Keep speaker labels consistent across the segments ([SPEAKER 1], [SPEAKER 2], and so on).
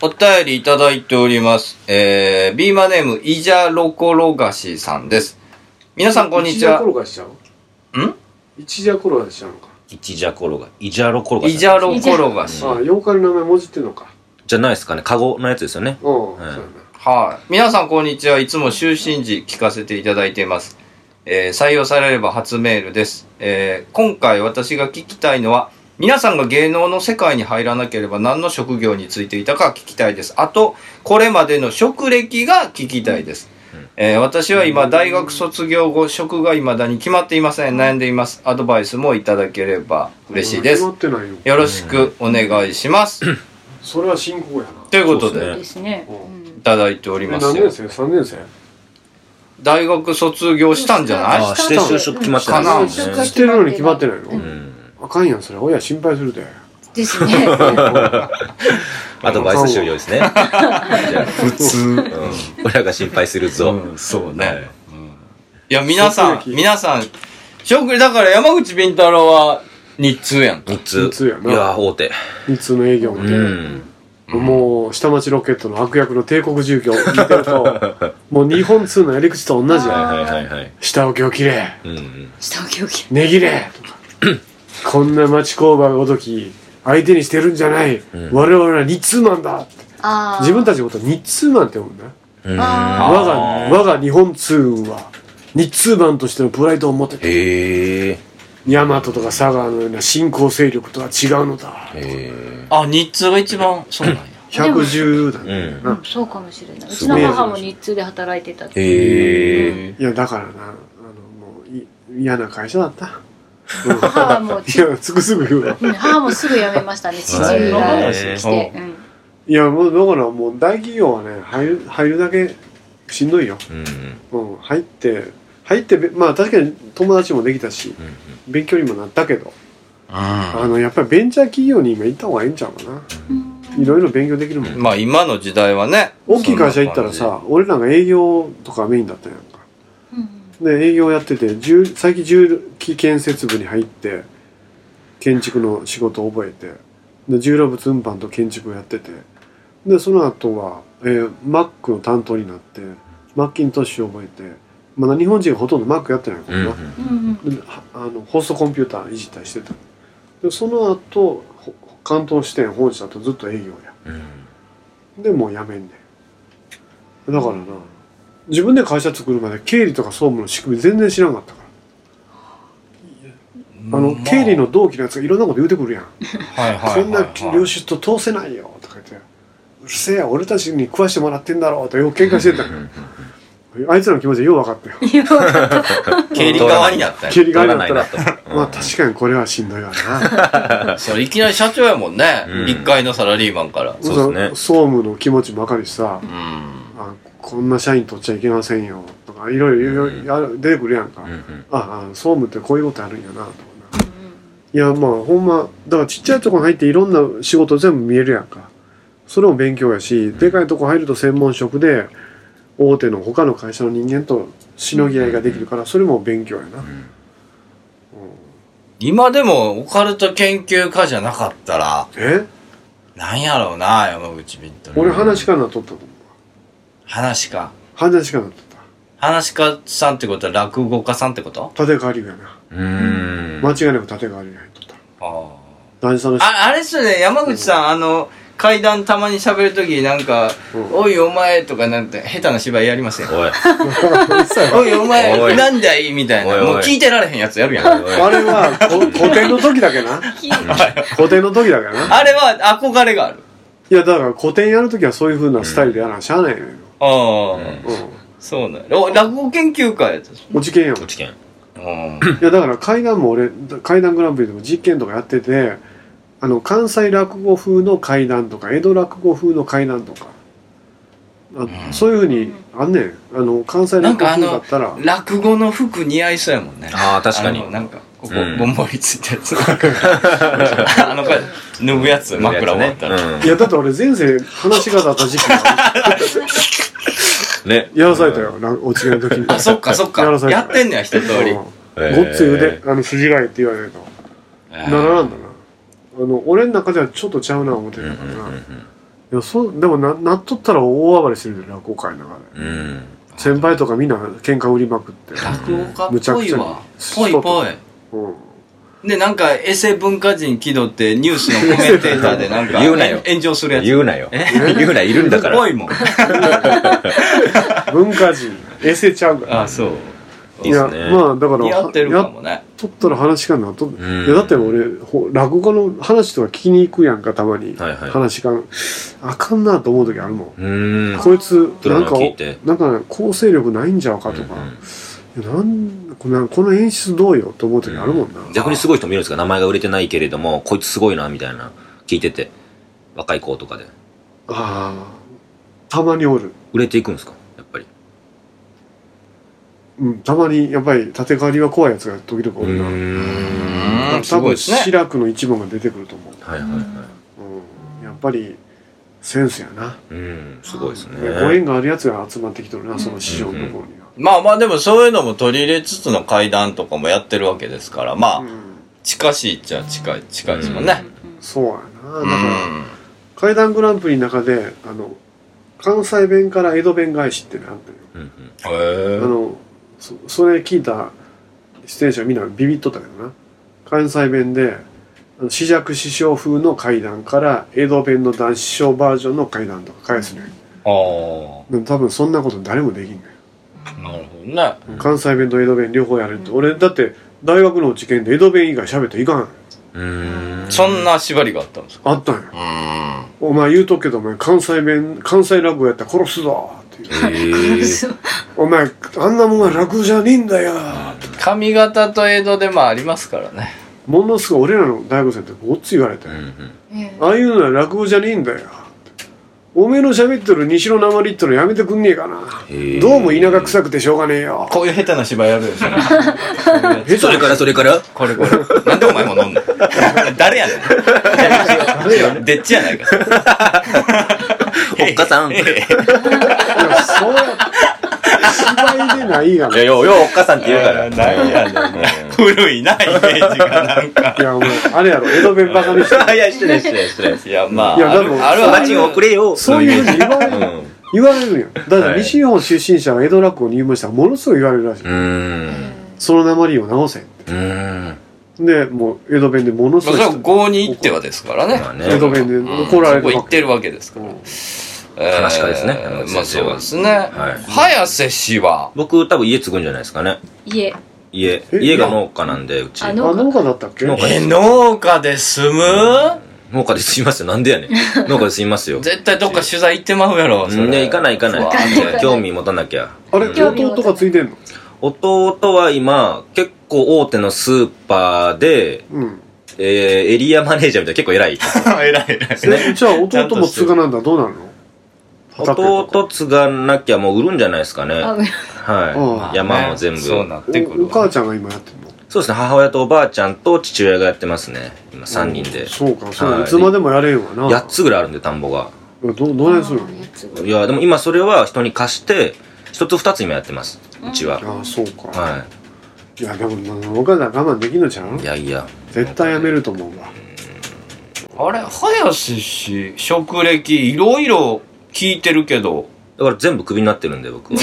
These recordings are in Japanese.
[SPEAKER 1] お便りいただいております。えー、ビーマネーム、イジャロコロガシさんです。皆さんこんにち
[SPEAKER 2] 一時
[SPEAKER 1] は。
[SPEAKER 2] 転がしちゃう
[SPEAKER 1] うん
[SPEAKER 2] 一時転がしちゃうのか。
[SPEAKER 3] 一じゃころが、いじゃろころが。
[SPEAKER 1] イジャロコロガシ。
[SPEAKER 2] ああ、妖怪の名前もじってんのか。
[SPEAKER 3] じゃないですかね。カゴのやつですよね。
[SPEAKER 2] うん、そう
[SPEAKER 3] はい
[SPEAKER 2] やな。
[SPEAKER 1] はい。皆さんこんにちは。いつも就寝時聞かせていただいています。えー採用されれば初メールです。えー今回私が聞きたいのは、皆さんが芸能の世界に入らなければ何の職業についていたか聞きたいです。あと、これまでの職歴が聞きたいです。えー私は今大学卒業後、職が未だに決まっていません。悩んでいます。アドバイスもいただければ嬉しいです
[SPEAKER 2] 決。まってないよ。
[SPEAKER 1] よろしくお願いします。
[SPEAKER 2] それは進行やな。
[SPEAKER 1] ということで、
[SPEAKER 3] そうですね
[SPEAKER 4] ですね。
[SPEAKER 2] う
[SPEAKER 4] うん
[SPEAKER 1] い
[SPEAKER 4] ん
[SPEAKER 1] ただいており
[SPEAKER 2] え
[SPEAKER 1] ます
[SPEAKER 2] 何
[SPEAKER 1] よ
[SPEAKER 2] 年。生三年生
[SPEAKER 1] 大学卒業したんじゃない
[SPEAKER 3] ああ、指定就職決まって
[SPEAKER 1] か
[SPEAKER 3] な
[SPEAKER 1] ない
[SPEAKER 3] です
[SPEAKER 4] 就職
[SPEAKER 3] ね。
[SPEAKER 2] してるのに決ま ってないの、
[SPEAKER 3] うん。
[SPEAKER 2] あかんやん、それ。親心配するで。
[SPEAKER 4] ですね。
[SPEAKER 3] アドバイス終了ですね。じゃあ
[SPEAKER 1] 普通。
[SPEAKER 3] うん親が心配するぞ。
[SPEAKER 1] うん、そう
[SPEAKER 3] は
[SPEAKER 1] ねい
[SPEAKER 3] い。
[SPEAKER 1] や、皆さん
[SPEAKER 2] 職、歴
[SPEAKER 1] 皆さん、職、だから山口敏太郎は日通やん。
[SPEAKER 3] 三つ。
[SPEAKER 2] 三つやない
[SPEAKER 3] や、大手。
[SPEAKER 2] 日通の営業も
[SPEAKER 3] う
[SPEAKER 2] ね、
[SPEAKER 3] ん。
[SPEAKER 2] もう、下町ロケットの悪役の帝国住居を見て ると、もう日本通のやり口と同じ
[SPEAKER 3] はい
[SPEAKER 2] や。
[SPEAKER 3] はいはいはい。
[SPEAKER 2] 下請けを切れ、
[SPEAKER 3] うん。
[SPEAKER 4] 下請け請
[SPEAKER 2] 値切れと か、こんな町工場がごとき、相手にしてるんじゃない、
[SPEAKER 3] ん
[SPEAKER 2] 我々は日通マンだ
[SPEAKER 4] ああ。
[SPEAKER 2] 自分たちのことは日通マンって呼ぶんだ。
[SPEAKER 3] うん。
[SPEAKER 4] あ
[SPEAKER 2] 我が、我が日本通運は、日通マンとしてのプライドを持ってて、
[SPEAKER 3] へえ。
[SPEAKER 2] 大和とか佐川のような新興勢力とは違うのだ。
[SPEAKER 3] へ
[SPEAKER 1] あ、日通が一番、そう なんや。
[SPEAKER 2] 110だ
[SPEAKER 3] え。う
[SPEAKER 2] ね。
[SPEAKER 3] ん。
[SPEAKER 4] うん、そうかもしれない。う
[SPEAKER 3] す
[SPEAKER 4] ち
[SPEAKER 3] ご
[SPEAKER 4] の
[SPEAKER 3] い
[SPEAKER 4] 母も日通で働いてた。
[SPEAKER 3] へえ。
[SPEAKER 2] いや、だからな、あの、もうい、嫌な会社だった。 うん
[SPEAKER 4] 母はもう
[SPEAKER 2] いや、つくすぐ言うわ。
[SPEAKER 4] うん母もすぐ辞めましたね、父
[SPEAKER 3] はい
[SPEAKER 4] が
[SPEAKER 1] へー
[SPEAKER 4] 来て。うん
[SPEAKER 2] いや、もう、だからもう、大企業はね、入る、入るだけしんどいよ。
[SPEAKER 3] うん。
[SPEAKER 2] うん、入って、入ってべ、まあ確かに友達もできたし、
[SPEAKER 3] うん
[SPEAKER 2] 勉強にもなったけど、
[SPEAKER 1] う
[SPEAKER 2] あの、やっぱりベンチャー企業に今行った方がいいんちゃうかな。いろいろ勉強できるもん。
[SPEAKER 1] ん。まあ今の時代はね。
[SPEAKER 2] 大きい会社行ったら
[SPEAKER 1] そんな
[SPEAKER 2] さ、俺らが営業とかメインだったやんか。
[SPEAKER 4] うん
[SPEAKER 2] で、営業やってて、重最近重機建設部に入って、建築の仕事を覚えて、で、重量物運搬と建築をやってて、で、その後は、えー、マックの担当になって、マッキントッシュを覚えて、まあ、日本人がほとんどマックやってないか
[SPEAKER 3] う
[SPEAKER 2] ら
[SPEAKER 3] ん
[SPEAKER 2] な。
[SPEAKER 3] うん。
[SPEAKER 4] うんうん
[SPEAKER 2] ではあのホストコンピューターいじったりしてたでその後ほ関東支店本社とずっと営業や
[SPEAKER 3] うん
[SPEAKER 2] でもう辞めんねんだからな自分で会社作るまで経理とか総務の仕組み全然知らなかったからあの、
[SPEAKER 1] ま
[SPEAKER 2] 経理の同期のやつがいろんなこと言うてくるやん、
[SPEAKER 1] はいはいはいはい。
[SPEAKER 2] こんな領収と通せないよとか言ってうるせえよ俺たちに食わしてもらってんだろうとよく喧嘩してたからあいつらの気持ちよう分かったよ
[SPEAKER 1] 経理側になったよ
[SPEAKER 2] 経理側になったら
[SPEAKER 3] 取らないなと
[SPEAKER 2] まあ確かにこれはしんどいわな
[SPEAKER 1] それいきなり社長やもんね
[SPEAKER 3] う。ん
[SPEAKER 1] 一階のサラリーマンから。
[SPEAKER 3] そうですね
[SPEAKER 2] 総務の気持ちばかりさ、
[SPEAKER 1] うん。
[SPEAKER 2] あこんな社員取っちゃいけませんよとかいろいろ
[SPEAKER 3] うん
[SPEAKER 2] やる出てくるやんか、
[SPEAKER 3] うんうん
[SPEAKER 2] ああ総務ってこういうことあるんやなとかないやまあほんまだからちっちゃいとこ入っていろんな仕事全部見えるやんかそれも勉強やし、でかいとこ入ると専門職で大手の他の会社の人間としのぎ合いができるからそれも勉強やな、
[SPEAKER 3] ん
[SPEAKER 1] 今でもオカルト研究家じゃなかったら、
[SPEAKER 2] え
[SPEAKER 1] なんやろうな、山口敏太
[SPEAKER 2] 俺
[SPEAKER 1] 郎。
[SPEAKER 2] 話かなとったと思う
[SPEAKER 1] 話か。
[SPEAKER 2] 話かなとった
[SPEAKER 1] 話し家さんってことは落語家さんってこと
[SPEAKER 2] 立川流やな
[SPEAKER 3] うん
[SPEAKER 2] 間違いなく立川流やとった
[SPEAKER 1] あ
[SPEAKER 2] 大事さんの人
[SPEAKER 1] ああれっすよね山口さん、あの階段たまに喋るときなんか「
[SPEAKER 2] うん
[SPEAKER 1] おいお前」とかなんて下手な芝居やりません
[SPEAKER 3] おい
[SPEAKER 1] 「おいお前
[SPEAKER 3] おい
[SPEAKER 1] なんだい?」みたいな
[SPEAKER 3] おいおい
[SPEAKER 1] もう聞いてられへんやつやるやん
[SPEAKER 2] あれはこ古典の時だけな古典の時だけな
[SPEAKER 1] あれは憧れがある
[SPEAKER 2] いやだから古典やる時はそういうふうなスタイルでやらなしゃあないのよ、
[SPEAKER 1] ああ、
[SPEAKER 3] うん
[SPEAKER 2] う
[SPEAKER 1] そうなんやお落語研究会やった
[SPEAKER 2] ん、落ち券やもん
[SPEAKER 3] 栃木県
[SPEAKER 1] うん
[SPEAKER 2] いやだから階段も俺階段グランプリでも実験とかやっててあの関西落語風の階段とか江戸落語風の階段とかあそういうふうにあんねんあの関西
[SPEAKER 1] なん
[SPEAKER 2] 落語
[SPEAKER 1] かあ
[SPEAKER 2] 風だ
[SPEAKER 1] の
[SPEAKER 2] ったら
[SPEAKER 1] 落語の服似合いそうやもんね
[SPEAKER 3] ああ確かに
[SPEAKER 1] あのなんかここ
[SPEAKER 3] うん
[SPEAKER 1] ぼんぼりついたや つあのこれ脱ぐやつ枕終わったら、
[SPEAKER 2] いやだって俺前世話がだった時期が
[SPEAKER 3] ね
[SPEAKER 2] やらされたよ、ら落ち券の時に
[SPEAKER 1] あそっかそっか
[SPEAKER 2] やらされた
[SPEAKER 1] やってんねや一通り
[SPEAKER 2] うんごっつい腕、あの、筋がえって言われると。ならなんだな。あの、俺の中ではちょっとちゃうな思ってるからな。いやそうでもななっとったら大暴れしてるんだよ落語界の中で
[SPEAKER 3] うん。
[SPEAKER 2] 先輩とかみんな喧嘩売りまく って、
[SPEAKER 1] 落語家っぽいわぽいぽい
[SPEAKER 2] うん、
[SPEAKER 1] でなんかエセ文化人気取ってニュースのコメンテーターで なんか
[SPEAKER 3] 言うなよ
[SPEAKER 1] 炎上するやつ
[SPEAKER 3] 言うなよ。
[SPEAKER 1] え
[SPEAKER 3] 言うな、いるんだから。
[SPEAKER 1] ぽいもん
[SPEAKER 2] 文化人エセちゃうから
[SPEAKER 1] あそう
[SPEAKER 3] いいっすね
[SPEAKER 2] やまあだから
[SPEAKER 1] 似合ってる
[SPEAKER 2] や
[SPEAKER 1] か
[SPEAKER 2] っ
[SPEAKER 1] もね
[SPEAKER 2] とったら話がなっと、
[SPEAKER 3] ん
[SPEAKER 2] いやだって俺ほ落語家の話とか聞きに行くやんかたまに、
[SPEAKER 3] はいはい
[SPEAKER 2] 話があかんなと思う時あるもん、
[SPEAKER 3] うーん。
[SPEAKER 2] こいつ
[SPEAKER 3] ド
[SPEAKER 2] な
[SPEAKER 3] ラ
[SPEAKER 2] ん
[SPEAKER 3] マ
[SPEAKER 2] か
[SPEAKER 3] 聞いて。
[SPEAKER 2] なんかね構成力ないんじゃうかとか、
[SPEAKER 3] うんうん
[SPEAKER 2] いやなんこのこの演出どうよと思う時あるもんな、
[SPEAKER 3] 逆にすごい人もいるんですか名前が売れてないけれども、こいつすごいな、みたいな。聞いてて。若い子とかで。
[SPEAKER 2] あーたまにおる、
[SPEAKER 3] 売れていくんですかやっぱり。
[SPEAKER 2] うん、たまにやっぱり縦刈りは怖いやつが時々おるな、
[SPEAKER 1] う
[SPEAKER 3] ー
[SPEAKER 1] ん
[SPEAKER 3] ん。
[SPEAKER 1] す
[SPEAKER 2] 多
[SPEAKER 1] ごいで
[SPEAKER 2] 分
[SPEAKER 1] すね
[SPEAKER 2] 志らくの一番が出てくると思う、
[SPEAKER 3] はいはいは
[SPEAKER 2] うん、やっぱりセンスやな、
[SPEAKER 3] い。うん。すごいですね。
[SPEAKER 2] ご縁があるやつが集まってきとるな、
[SPEAKER 4] うん
[SPEAKER 2] その市場の方には、
[SPEAKER 1] まあまあでもそういうのも取り入れつつの会談とかもやってるわけですからまあ、
[SPEAKER 2] うん
[SPEAKER 1] 近しいっちゃ近い近いですもんね。
[SPEAKER 2] そうやなだ
[SPEAKER 1] うん
[SPEAKER 2] から、怪談グランプリの中であの関西弁から江戸弁返しってのあったよ、
[SPEAKER 3] うん
[SPEAKER 1] へえ
[SPEAKER 2] あのそそれ聞いた出演者みんなビビっとったけどな関西弁であの四尺師匠風の怪談から江戸弁の男子師匠バージョンの怪談とか返すね
[SPEAKER 1] あー
[SPEAKER 2] でも多分そんなこと誰もできんね
[SPEAKER 1] なるほどね。
[SPEAKER 2] ん、
[SPEAKER 3] うん
[SPEAKER 2] 関西弁と江戸弁両方やれるって、
[SPEAKER 4] うん
[SPEAKER 2] 俺だって大学の受験で江戸弁以外喋っていかん
[SPEAKER 3] うん。うーん。
[SPEAKER 1] そんな縛りがあったんですか。
[SPEAKER 2] あったんや
[SPEAKER 1] うん。
[SPEAKER 2] お前言うとくけどお前関西弁関西落語やったら殺すぞっていう
[SPEAKER 3] へー。
[SPEAKER 2] お前あんなもんは落語じゃねえんだよ
[SPEAKER 1] 髪型と江戸でまあありますからね。
[SPEAKER 2] ものすごい俺らの大学生ってごっつ言われて、
[SPEAKER 3] うんうん。
[SPEAKER 2] ああいうのは落語じゃねえんだよ。おめえの喋ってる西の鉛ってのやめてくんねえかな
[SPEAKER 3] へ。え
[SPEAKER 2] どうも田舎臭くてしょうがねえよ。
[SPEAKER 1] こういう下手な芝居やるでしょ。
[SPEAKER 2] 下 手
[SPEAKER 3] それ
[SPEAKER 2] な
[SPEAKER 3] からそれから
[SPEAKER 1] これこれ。なんでお前も飲んだ。 誰やねん。でっちやないか。
[SPEAKER 3] おっかさん。い
[SPEAKER 2] そうやって芝居でないがな。
[SPEAKER 3] や、
[SPEAKER 2] い
[SPEAKER 3] よう、よう、おっかさんって言うか ら。
[SPEAKER 1] なんやねん。古いなイメージがなんか。
[SPEAKER 2] や、お前、あれやろ、江戸弁バカにしてる。
[SPEAKER 3] いや、失礼、失礼、失礼。
[SPEAKER 1] いやまあ
[SPEAKER 2] いや
[SPEAKER 1] あ
[SPEAKER 2] で
[SPEAKER 1] る
[SPEAKER 2] も
[SPEAKER 1] ある
[SPEAKER 2] そう
[SPEAKER 1] あ
[SPEAKER 3] 街
[SPEAKER 1] る
[SPEAKER 3] を送れよ。
[SPEAKER 2] そういうふうに言われ
[SPEAKER 3] う
[SPEAKER 2] る、
[SPEAKER 3] ん。
[SPEAKER 2] 言われるんよ。だか
[SPEAKER 3] は
[SPEAKER 2] ら
[SPEAKER 3] い
[SPEAKER 2] 西日本出身者が江戸落語に入門したらものすごい言われるらしい。
[SPEAKER 3] うーん。
[SPEAKER 2] その鉛を直せっ
[SPEAKER 3] うーん。
[SPEAKER 2] て。で、もう江戸弁でものす
[SPEAKER 1] まあ
[SPEAKER 2] ご
[SPEAKER 1] そ
[SPEAKER 2] い
[SPEAKER 1] れ。は郷に行ってはですからね
[SPEAKER 3] まあ。ね
[SPEAKER 2] 江戸弁で
[SPEAKER 1] うん
[SPEAKER 2] 怒られ
[SPEAKER 1] そこ
[SPEAKER 2] る
[SPEAKER 1] 行ってるわけですか
[SPEAKER 2] う
[SPEAKER 1] ら。
[SPEAKER 2] ん
[SPEAKER 1] え
[SPEAKER 3] 話し家ですね
[SPEAKER 1] まあそうですね。
[SPEAKER 3] はい
[SPEAKER 1] 早瀬氏は、
[SPEAKER 3] 僕、多分家継ぐんじゃないですかね。
[SPEAKER 4] いえ、
[SPEAKER 3] 家。
[SPEAKER 2] え
[SPEAKER 3] 家が農家なんで、うち。
[SPEAKER 4] あ
[SPEAKER 2] あ、
[SPEAKER 4] の
[SPEAKER 2] 農家だったっけ
[SPEAKER 3] 農家
[SPEAKER 1] え、農家で住む
[SPEAKER 3] 農家で住みますよ。なんで やねん。農家で住みますよ。
[SPEAKER 1] 絶対どっか取材行ってまうやろ。それ
[SPEAKER 3] ね、行かない行か
[SPEAKER 1] うわ
[SPEAKER 3] ない。興味持たなきゃ。
[SPEAKER 2] あれ、
[SPEAKER 4] 興味
[SPEAKER 2] 弟とかついてんの
[SPEAKER 3] 弟は今、結構大手のスーパーで、
[SPEAKER 2] うん。
[SPEAKER 3] えー、エリアマネージャーみたいな結構偉い。
[SPEAKER 1] 偉い偉い。
[SPEAKER 2] えじゃあ弟も継がなんだどうなるの
[SPEAKER 3] 弟継がなきゃもう売るんじゃないですかね。
[SPEAKER 4] あ、
[SPEAKER 2] うん
[SPEAKER 3] はい。山も全部。
[SPEAKER 1] そうなってく
[SPEAKER 2] お
[SPEAKER 1] る
[SPEAKER 2] お母
[SPEAKER 1] わ。
[SPEAKER 2] ちゃんが今やってるの
[SPEAKER 3] そうですね、母親とおばあちゃんと父親がやってますね。今3人
[SPEAKER 2] うん
[SPEAKER 3] で。
[SPEAKER 2] そうかそう
[SPEAKER 3] はい
[SPEAKER 2] いつまでもやれんわな
[SPEAKER 3] 8つぐらいあるんで、田んぼが。
[SPEAKER 2] どどないするの
[SPEAKER 3] いや、でも今それは人に貸して、一つ二つ今やってます。うちは。
[SPEAKER 2] ああそうか、、
[SPEAKER 3] はい
[SPEAKER 2] やでもまあお母ちゃん我慢できんのちゃう
[SPEAKER 3] い。いやいや。
[SPEAKER 2] 絶対やめると思う わ
[SPEAKER 1] あれ、早瀬氏、職歴、いろいろ聞いてるけど、
[SPEAKER 3] だから全部クビになってるんで、僕は。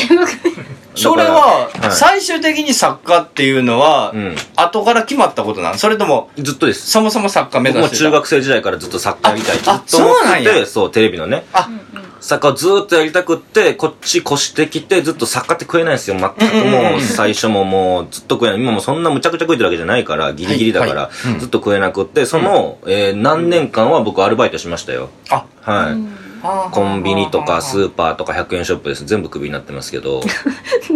[SPEAKER 1] それ
[SPEAKER 3] だか
[SPEAKER 1] は、
[SPEAKER 3] ら
[SPEAKER 1] 最終的に作家っていうのは
[SPEAKER 3] う、ん。
[SPEAKER 1] 後から決まったことなんそれとも、
[SPEAKER 3] ずっとです。
[SPEAKER 1] そもそも作家目
[SPEAKER 3] 僕
[SPEAKER 1] 指
[SPEAKER 3] も
[SPEAKER 1] してた
[SPEAKER 3] 中学生時代からずっとサッカーやりたい
[SPEAKER 1] ああ
[SPEAKER 3] ずっと思
[SPEAKER 1] そうなん
[SPEAKER 3] って
[SPEAKER 1] や
[SPEAKER 3] て、そう、テレビのね。サッカーをずーっとやりたくって、こっち越してきて、ずっとサッカーって食えないんですよ。全く
[SPEAKER 1] うんうんうん
[SPEAKER 3] も
[SPEAKER 1] うん
[SPEAKER 3] う、最初ももう、ずっと食えない。今もそんなむちゃくちゃ食えてるわけじゃないから、ギリギリだから、
[SPEAKER 1] はいはい
[SPEAKER 3] ずっと食えなくって、その、えー何年間は僕アルバイトしましたよ。
[SPEAKER 1] あ
[SPEAKER 3] はい。コンビニとかス
[SPEAKER 1] ー
[SPEAKER 3] ーパーとか100円ショップです。全部クビになってますけど、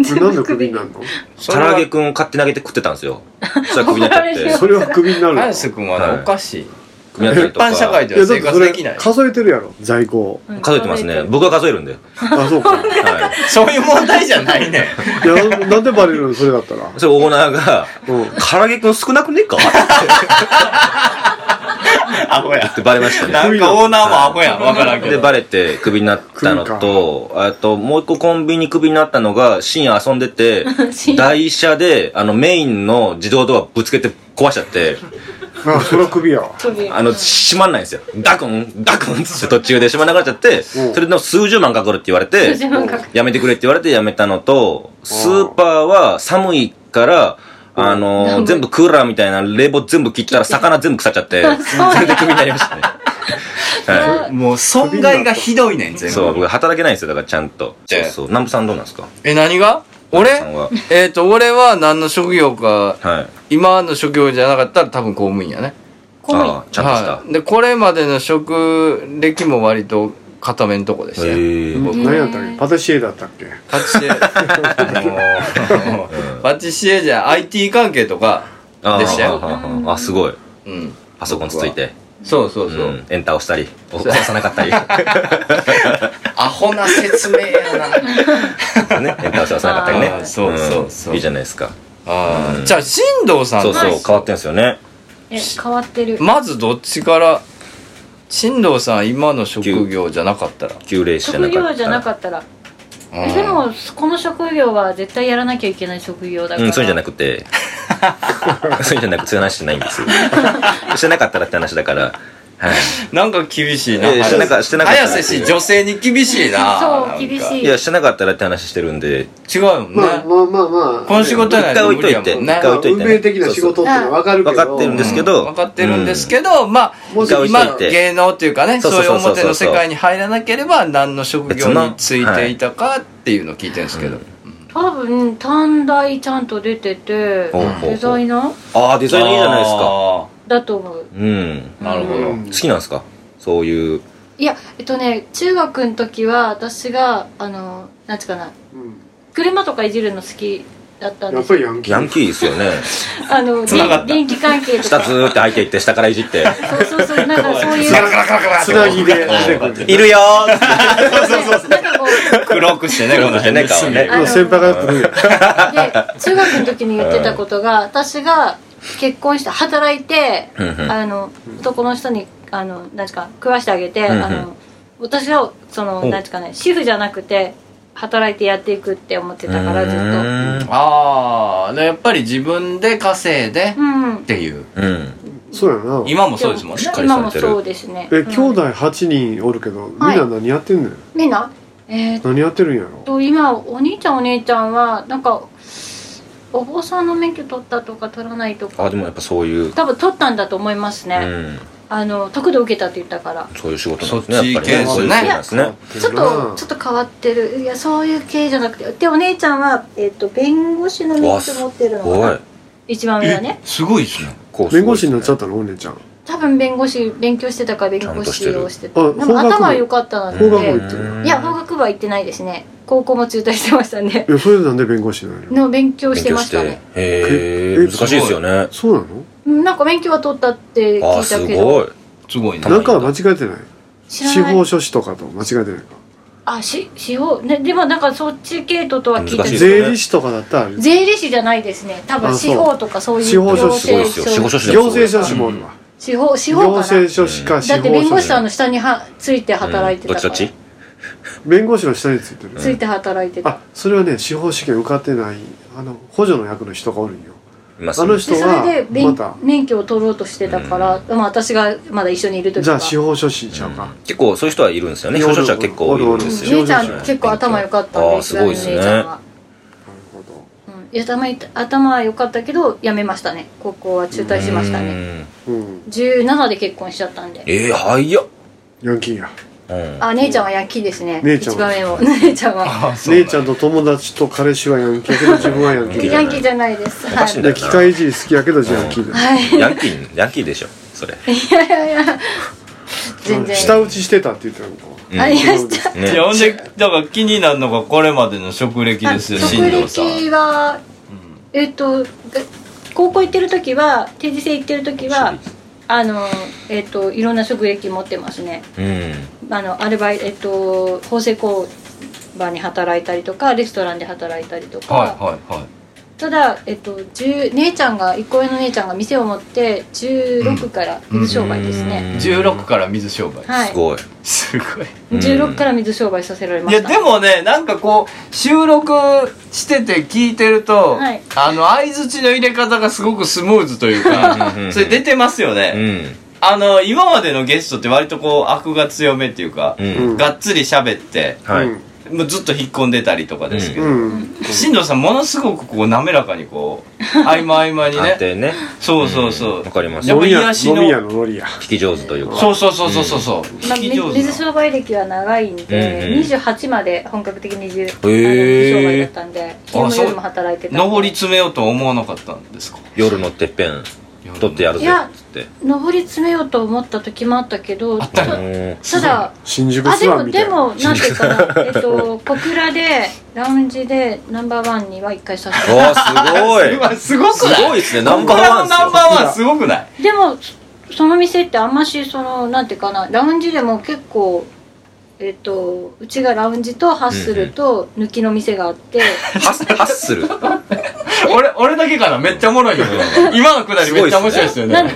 [SPEAKER 2] それなんでクビになるの
[SPEAKER 3] 唐揚げくんを買って投げて食ってたんですよ。 それはクビになっちゃっ
[SPEAKER 4] 怒られる
[SPEAKER 3] て
[SPEAKER 4] よ。
[SPEAKER 2] それはクビになるの
[SPEAKER 1] 早瀬君は
[SPEAKER 3] は
[SPEAKER 1] ね、
[SPEAKER 3] い
[SPEAKER 1] おかしい。
[SPEAKER 3] クビになったり
[SPEAKER 1] 一
[SPEAKER 3] とか。
[SPEAKER 1] 般社会
[SPEAKER 2] い
[SPEAKER 1] では
[SPEAKER 2] やだっ
[SPEAKER 1] 生
[SPEAKER 2] てそ
[SPEAKER 1] 活
[SPEAKER 2] れ
[SPEAKER 1] できない。
[SPEAKER 2] 数えてるやろ在庫を
[SPEAKER 3] 数えてますね。僕は数えるんで。
[SPEAKER 2] あそう か
[SPEAKER 3] はい。
[SPEAKER 1] そういう問題じゃない ね。
[SPEAKER 2] いやなんでバレるのそれだったら
[SPEAKER 3] それオーナーが、
[SPEAKER 2] うん
[SPEAKER 3] 唐揚げくん少なくねえか
[SPEAKER 1] アホや。
[SPEAKER 3] でバレましたね。
[SPEAKER 1] なんかオーナーもアホやん。わからんけ
[SPEAKER 3] で、
[SPEAKER 1] ど。
[SPEAKER 3] バレてクビになったのと、あと、もう一個コンビニクビになったのが、深夜遊んでて
[SPEAKER 4] 深、夜
[SPEAKER 3] 台車で、あの、メインの自動ドアぶつけて壊しちゃって、
[SPEAKER 2] あそら首やわ
[SPEAKER 4] 首
[SPEAKER 3] あの、閉まんないんですよ。ダクン、ダクンっつって途中で閉まらなくなっちゃって、それでも数十万かかるって言われて、
[SPEAKER 4] 自分が書く
[SPEAKER 3] やめてくれって言われてやめたのと、スーパーは寒いから、あの
[SPEAKER 4] うん
[SPEAKER 3] 全部クーラーみたいな冷房全部切ったら魚全部腐っちゃっ て、それでクビになりましたね。は
[SPEAKER 1] もう損害がひどいねん、
[SPEAKER 3] い。
[SPEAKER 1] 全
[SPEAKER 3] そ
[SPEAKER 1] 部。
[SPEAKER 3] う、僕働けないんですよ、だからちゃんと。そ
[SPEAKER 1] じゃ
[SPEAKER 3] う
[SPEAKER 1] あ
[SPEAKER 3] そう。南部さんどうなんですか
[SPEAKER 1] え、何が
[SPEAKER 3] 南部
[SPEAKER 1] 俺
[SPEAKER 3] さんは。
[SPEAKER 1] えっと、俺は何の職業か、
[SPEAKER 3] はい。
[SPEAKER 1] 今の職業じゃなかったら多分公務員やね。
[SPEAKER 4] こう
[SPEAKER 3] ああ、ちゃんとした。
[SPEAKER 1] はいで、これまでの職歴も割と固めんとこでしたよ。
[SPEAKER 3] へえ。
[SPEAKER 1] 僕
[SPEAKER 2] 何やったっけパティシエだったっけ
[SPEAKER 1] パティ シエもうパティシエじゃ IT 関係とか
[SPEAKER 3] あー
[SPEAKER 1] でしたよ
[SPEAKER 3] はははあ、すごい。
[SPEAKER 1] うん
[SPEAKER 3] パソコンつついて、
[SPEAKER 1] そうそうそう、
[SPEAKER 3] うんエンター押したり、押さなかったり。
[SPEAKER 1] アホな説明やな
[SPEAKER 3] ね、エンター押さなかったり
[SPEAKER 1] あ
[SPEAKER 3] ね。
[SPEAKER 1] ーそうそうそうん
[SPEAKER 3] いいじゃないですか。
[SPEAKER 1] あー
[SPEAKER 3] うん
[SPEAKER 1] じゃあ進藤さん
[SPEAKER 3] そうそう、変わってんすよね。
[SPEAKER 4] え変わってる
[SPEAKER 1] まずどっちから進藤さん今の職業じゃなかったら、
[SPEAKER 3] 旧礼じゃな
[SPEAKER 4] 職
[SPEAKER 3] かった。
[SPEAKER 4] 業じゃなかったら
[SPEAKER 1] う
[SPEAKER 4] え
[SPEAKER 1] ん
[SPEAKER 4] でもこの職業は絶対やらなきゃいけない職業だから
[SPEAKER 3] うん、そういうんじゃなく て。そういうんじゃなく、そういう話じゃないんですよ。 してなかったらって話だから。はい。
[SPEAKER 1] なんか厳しいな、
[SPEAKER 3] いやしてなかしてなかった
[SPEAKER 1] 早瀬氏女性に厳しいな
[SPEAKER 4] そう
[SPEAKER 1] なんか
[SPEAKER 4] 厳し
[SPEAKER 3] いや、してなかったらって話してるんで。
[SPEAKER 1] 違うもんね、
[SPEAKER 2] まあまあまあまあ
[SPEAKER 1] この仕事
[SPEAKER 3] 一
[SPEAKER 1] やない
[SPEAKER 3] 回
[SPEAKER 1] と
[SPEAKER 3] 置い
[SPEAKER 1] 無
[SPEAKER 3] と
[SPEAKER 1] 理や
[SPEAKER 3] いて。
[SPEAKER 1] もん
[SPEAKER 3] 一
[SPEAKER 1] ね
[SPEAKER 3] 回置いといてね。
[SPEAKER 2] 運命的な仕事ってのは分かるけど
[SPEAKER 3] 分かってるんですけど。
[SPEAKER 1] 分かってるんですけど、まあ
[SPEAKER 2] もう
[SPEAKER 3] 一回置いとい
[SPEAKER 1] 今
[SPEAKER 3] て
[SPEAKER 1] 芸能っていうかね
[SPEAKER 3] そう
[SPEAKER 1] そ
[SPEAKER 3] そうう
[SPEAKER 1] いう
[SPEAKER 3] そうそう
[SPEAKER 1] 表の世界に入らなければ何の職業についていたかっていうのを聞いてるんですけど、
[SPEAKER 3] 別
[SPEAKER 4] 多分短大ちゃんと出てて
[SPEAKER 3] ほうほうほう
[SPEAKER 4] デザイナー
[SPEAKER 3] ああ、デザインいいじゃないですか。
[SPEAKER 1] あ
[SPEAKER 4] だと思う
[SPEAKER 3] うん。
[SPEAKER 1] ーなるほど、
[SPEAKER 2] うん
[SPEAKER 3] 好きなんですかそういう。
[SPEAKER 4] いやえっとね中学の時は私があのなんつうかな
[SPEAKER 2] うん
[SPEAKER 4] 車とかいじるの好きだったん
[SPEAKER 2] やっ
[SPEAKER 4] です
[SPEAKER 2] ぱ
[SPEAKER 4] よ
[SPEAKER 2] りヤンキー
[SPEAKER 3] ヤンキーですよね。
[SPEAKER 4] あの
[SPEAKER 1] 繋がった
[SPEAKER 4] 電電気関係と
[SPEAKER 3] 下
[SPEAKER 4] か
[SPEAKER 3] ずーって入っていって、下からいじって。
[SPEAKER 4] そうそうそうなんかそういう
[SPEAKER 1] ガラガラガラガラ
[SPEAKER 2] つなぎで出てくる
[SPEAKER 3] いるよーって
[SPEAKER 4] なんかこう
[SPEAKER 1] 黒くしてね
[SPEAKER 3] 黒くしてね顔ね
[SPEAKER 4] あの
[SPEAKER 2] 先輩がやってる
[SPEAKER 4] で中学の時に言ってたことが私が結婚して働いて
[SPEAKER 3] うんうん
[SPEAKER 4] あの男の人にあのなんていうか食わしてあげて
[SPEAKER 3] うんうん
[SPEAKER 4] あの私はその
[SPEAKER 1] お
[SPEAKER 4] なんていうかね主婦じゃなくて働いてやっていくって思ってたからずっ
[SPEAKER 3] う
[SPEAKER 1] ああやっぱり自分で稼いで
[SPEAKER 4] とうん
[SPEAKER 1] っていう
[SPEAKER 3] ーんうん。
[SPEAKER 2] そうやな
[SPEAKER 1] 今もそうですもんね
[SPEAKER 3] しっかり
[SPEAKER 4] 今
[SPEAKER 3] され
[SPEAKER 4] も
[SPEAKER 3] てる
[SPEAKER 4] そうですね
[SPEAKER 2] え
[SPEAKER 4] うん
[SPEAKER 2] 兄弟8人おるけどみんな何やってんねん
[SPEAKER 4] みんなえーっ
[SPEAKER 2] 何やってるんやろ
[SPEAKER 4] と今お兄ちゃんお姉ちゃんはなんかお坊さんの免許取ったとか取らないと
[SPEAKER 3] あ、
[SPEAKER 4] か
[SPEAKER 3] でもやっぱそういう。
[SPEAKER 4] 多分取ったんだと思います
[SPEAKER 3] う
[SPEAKER 4] ね、
[SPEAKER 3] ん。
[SPEAKER 4] あの得度受けたって言ったから
[SPEAKER 3] そういう仕事なんですね。やっ
[SPEAKER 1] そっ
[SPEAKER 3] ぱりね。そう
[SPEAKER 1] ち系ですね
[SPEAKER 3] いう系なんですね。
[SPEAKER 4] ちょっとちょっと変わってるいやそういう系じゃなくてでお姉ちゃんは、えっと弁護士の免
[SPEAKER 3] わあ、
[SPEAKER 4] 許
[SPEAKER 3] す
[SPEAKER 4] 持ってるの
[SPEAKER 3] ご
[SPEAKER 4] が
[SPEAKER 3] い。
[SPEAKER 4] 一番上だね
[SPEAKER 1] すごいですね
[SPEAKER 3] こうすごい
[SPEAKER 2] 弁護士になっちゃったのお姉ちゃん
[SPEAKER 4] 多分弁護士勉強してたから
[SPEAKER 3] ちゃ
[SPEAKER 4] 弁
[SPEAKER 3] ん
[SPEAKER 4] 護
[SPEAKER 3] とし
[SPEAKER 4] 士
[SPEAKER 3] てる
[SPEAKER 4] をしてた
[SPEAKER 2] あ
[SPEAKER 4] でも
[SPEAKER 2] 法学部
[SPEAKER 4] 頭良かったな
[SPEAKER 2] 法学部
[SPEAKER 4] で
[SPEAKER 2] 行ってる
[SPEAKER 4] いや法学部は行ってないですね高校も中退してましたね
[SPEAKER 2] えそれでなんで弁護士なんやろ
[SPEAKER 4] の勉強し
[SPEAKER 3] 勉強
[SPEAKER 4] てま
[SPEAKER 3] し
[SPEAKER 4] した
[SPEAKER 3] て
[SPEAKER 4] ね。
[SPEAKER 2] え
[SPEAKER 3] へえ、難しいですよね。
[SPEAKER 2] そうなの
[SPEAKER 4] うんなんか勉強は取ったって
[SPEAKER 3] ああ、
[SPEAKER 4] 聞いた
[SPEAKER 3] す
[SPEAKER 4] けど
[SPEAKER 3] ごい。
[SPEAKER 1] すごいね
[SPEAKER 2] なんか間違えてない
[SPEAKER 4] 知
[SPEAKER 2] 司
[SPEAKER 4] らな
[SPEAKER 2] 法
[SPEAKER 4] い
[SPEAKER 2] 書士とかと間違えてないか
[SPEAKER 4] あし司法ねでもなんかそっち系統とは聞いた
[SPEAKER 3] 難しいで
[SPEAKER 4] け
[SPEAKER 3] す
[SPEAKER 4] ど
[SPEAKER 3] ね
[SPEAKER 2] 税理士とかだったらある
[SPEAKER 4] 税理士じゃないですね多
[SPEAKER 2] あ
[SPEAKER 4] 分
[SPEAKER 2] そう
[SPEAKER 4] 司法とかそういう
[SPEAKER 2] 司法書
[SPEAKER 4] 行
[SPEAKER 2] 士
[SPEAKER 3] す
[SPEAKER 4] 政
[SPEAKER 3] ごいですよ司法書士
[SPEAKER 2] 行政書士もおるわ
[SPEAKER 4] 司法司
[SPEAKER 2] 行
[SPEAKER 4] 法かな
[SPEAKER 2] 政書士か司
[SPEAKER 4] だ
[SPEAKER 2] 法
[SPEAKER 4] って弁護
[SPEAKER 2] 書
[SPEAKER 4] 士
[SPEAKER 2] 士
[SPEAKER 4] さんの下にはついて働いて
[SPEAKER 3] ど
[SPEAKER 4] た
[SPEAKER 3] っち
[SPEAKER 4] か
[SPEAKER 3] ど
[SPEAKER 4] ら、
[SPEAKER 3] っち
[SPEAKER 2] 弁護士の下についてる
[SPEAKER 4] ついて働いてた
[SPEAKER 2] あそれはね司法試験受かってないあの補助の役の人がおるんよ
[SPEAKER 3] います
[SPEAKER 2] あの人
[SPEAKER 4] でそれで
[SPEAKER 2] ま
[SPEAKER 4] 免
[SPEAKER 2] た
[SPEAKER 4] 免許を取ろうとしてたから、まあ、私がまだ一緒にいる時は
[SPEAKER 2] じゃあ司法書士ちゃうか
[SPEAKER 3] 結構そういう人はいるんですよね。
[SPEAKER 2] おる
[SPEAKER 3] 少女者は結構いるんです
[SPEAKER 4] うん
[SPEAKER 3] よ。
[SPEAKER 4] 姉ちゃん結構頭良かったん
[SPEAKER 3] あ
[SPEAKER 4] で
[SPEAKER 3] あ、すごいです
[SPEAKER 4] 姉ちゃん
[SPEAKER 3] ね。
[SPEAKER 4] は、
[SPEAKER 2] なるほど
[SPEAKER 4] うん、いや頭い頭良かったけど辞めましたね高校は中退しました
[SPEAKER 3] う
[SPEAKER 4] ね
[SPEAKER 3] ん
[SPEAKER 2] うん
[SPEAKER 4] 17で結婚しちゃったんで
[SPEAKER 3] えー、早っ。
[SPEAKER 2] ヤンキーや
[SPEAKER 3] うん。
[SPEAKER 4] あ姉ちゃんはヤンキーですね
[SPEAKER 2] 姉ちゃん
[SPEAKER 4] 一番上も姉ちゃんは
[SPEAKER 1] あそう
[SPEAKER 2] 姉ちゃんと友達と彼氏はヤンキーやけど自分はヤンキー
[SPEAKER 4] ヤンキーじゃないです
[SPEAKER 3] おかしいんだ
[SPEAKER 2] で
[SPEAKER 3] よ
[SPEAKER 2] 機械いじり好きやけどじゃあヤンキーだ
[SPEAKER 4] はい
[SPEAKER 3] ヤンキー、ヤンキーでしょ、そ れ。
[SPEAKER 4] いやいやいや全然
[SPEAKER 2] 舌打ちしてたって言ってたのか
[SPEAKER 3] うん
[SPEAKER 4] あいやした
[SPEAKER 1] い
[SPEAKER 3] ね
[SPEAKER 1] やほんでだから気になるのがこれまでの職歴ですよ
[SPEAKER 4] あ
[SPEAKER 1] 進藤さん
[SPEAKER 4] 職歴はえっ、とが高校行ってる時は定時制行ってる時はあのえっ、といろんな職歴持ってますね
[SPEAKER 3] うん。
[SPEAKER 4] あのアルバイえっ、と縫製工場に働いたりとかレストランで働いたりとか、
[SPEAKER 1] はいはいはい
[SPEAKER 4] ただ、えっと、10姉ちゃんが一個上の姉ちゃんが店を持って16から水商売ですね、
[SPEAKER 1] 16から水商売、
[SPEAKER 4] はい
[SPEAKER 3] すごい
[SPEAKER 1] すごい
[SPEAKER 3] うん
[SPEAKER 4] 16から水商売させられま
[SPEAKER 1] い
[SPEAKER 4] し
[SPEAKER 1] や
[SPEAKER 4] た
[SPEAKER 1] でもねなんかこう収録してて聞いてると、
[SPEAKER 4] はい
[SPEAKER 1] あの相づちの入れ方がすごくスムーズというか
[SPEAKER 3] うんうん
[SPEAKER 1] それ出てますよね、
[SPEAKER 3] うん
[SPEAKER 1] あの今までのゲストって割とこう悪が強めっていうか、
[SPEAKER 3] うん
[SPEAKER 2] ん
[SPEAKER 1] がっつり喋って
[SPEAKER 3] はい
[SPEAKER 2] うん
[SPEAKER 1] もうずっと引っ込んでたりとかですけど、
[SPEAKER 2] うん
[SPEAKER 1] 新藤さんものすごくこう滑らかにこう合間合間に
[SPEAKER 3] 安
[SPEAKER 1] ね
[SPEAKER 3] 定ね
[SPEAKER 1] そうそうそう、
[SPEAKER 3] んわかります
[SPEAKER 1] やっ
[SPEAKER 2] 飲
[SPEAKER 1] ぱ
[SPEAKER 2] み
[SPEAKER 1] 癒
[SPEAKER 2] 屋
[SPEAKER 1] しの
[SPEAKER 2] 飲み屋のノリや
[SPEAKER 3] 聞き上手というか
[SPEAKER 1] そうそうそうそうそうそう
[SPEAKER 4] まあ、
[SPEAKER 1] 聞き上手
[SPEAKER 4] 水
[SPEAKER 1] な
[SPEAKER 4] 商売歴は長いんで、
[SPEAKER 3] うんうん
[SPEAKER 4] 28まで本格的に自由、あの
[SPEAKER 3] へー
[SPEAKER 4] 水商売だったんで昼も夜も働いてたんで
[SPEAKER 1] 上り詰めようとは思わなかったんですか
[SPEAKER 3] 夜のてっぺん取ってやる
[SPEAKER 4] い
[SPEAKER 3] ぜ
[SPEAKER 4] や
[SPEAKER 3] っつって
[SPEAKER 4] 上り詰めようと思った時もあったけど
[SPEAKER 1] あった
[SPEAKER 4] た
[SPEAKER 1] よ
[SPEAKER 3] うん
[SPEAKER 4] ただ
[SPEAKER 2] 新宿
[SPEAKER 4] あ
[SPEAKER 2] ス
[SPEAKER 4] で
[SPEAKER 2] ワ
[SPEAKER 4] も
[SPEAKER 2] ンみた
[SPEAKER 4] で
[SPEAKER 2] いな
[SPEAKER 4] もなんていうかなえっと小倉でラウンジでナンバーワンには一回させて
[SPEAKER 3] おーすごい
[SPEAKER 1] 今 すごく
[SPEAKER 3] す
[SPEAKER 1] ない
[SPEAKER 3] ごいですねナンバ
[SPEAKER 1] こ
[SPEAKER 3] ー
[SPEAKER 1] れ
[SPEAKER 3] ワ
[SPEAKER 1] も
[SPEAKER 3] ンです
[SPEAKER 1] ナ
[SPEAKER 3] よ
[SPEAKER 1] ンバーワンすごくない
[SPEAKER 4] でもそその店ってあんましそのなんていうかなラウンジでも結構えっとうちがラウンジとハッスルと抜きの店があって、
[SPEAKER 3] ハッハッスル
[SPEAKER 1] 俺俺だけかなめっちゃおもろいよ今のくだりめっちゃ面白いですよね
[SPEAKER 4] なんえ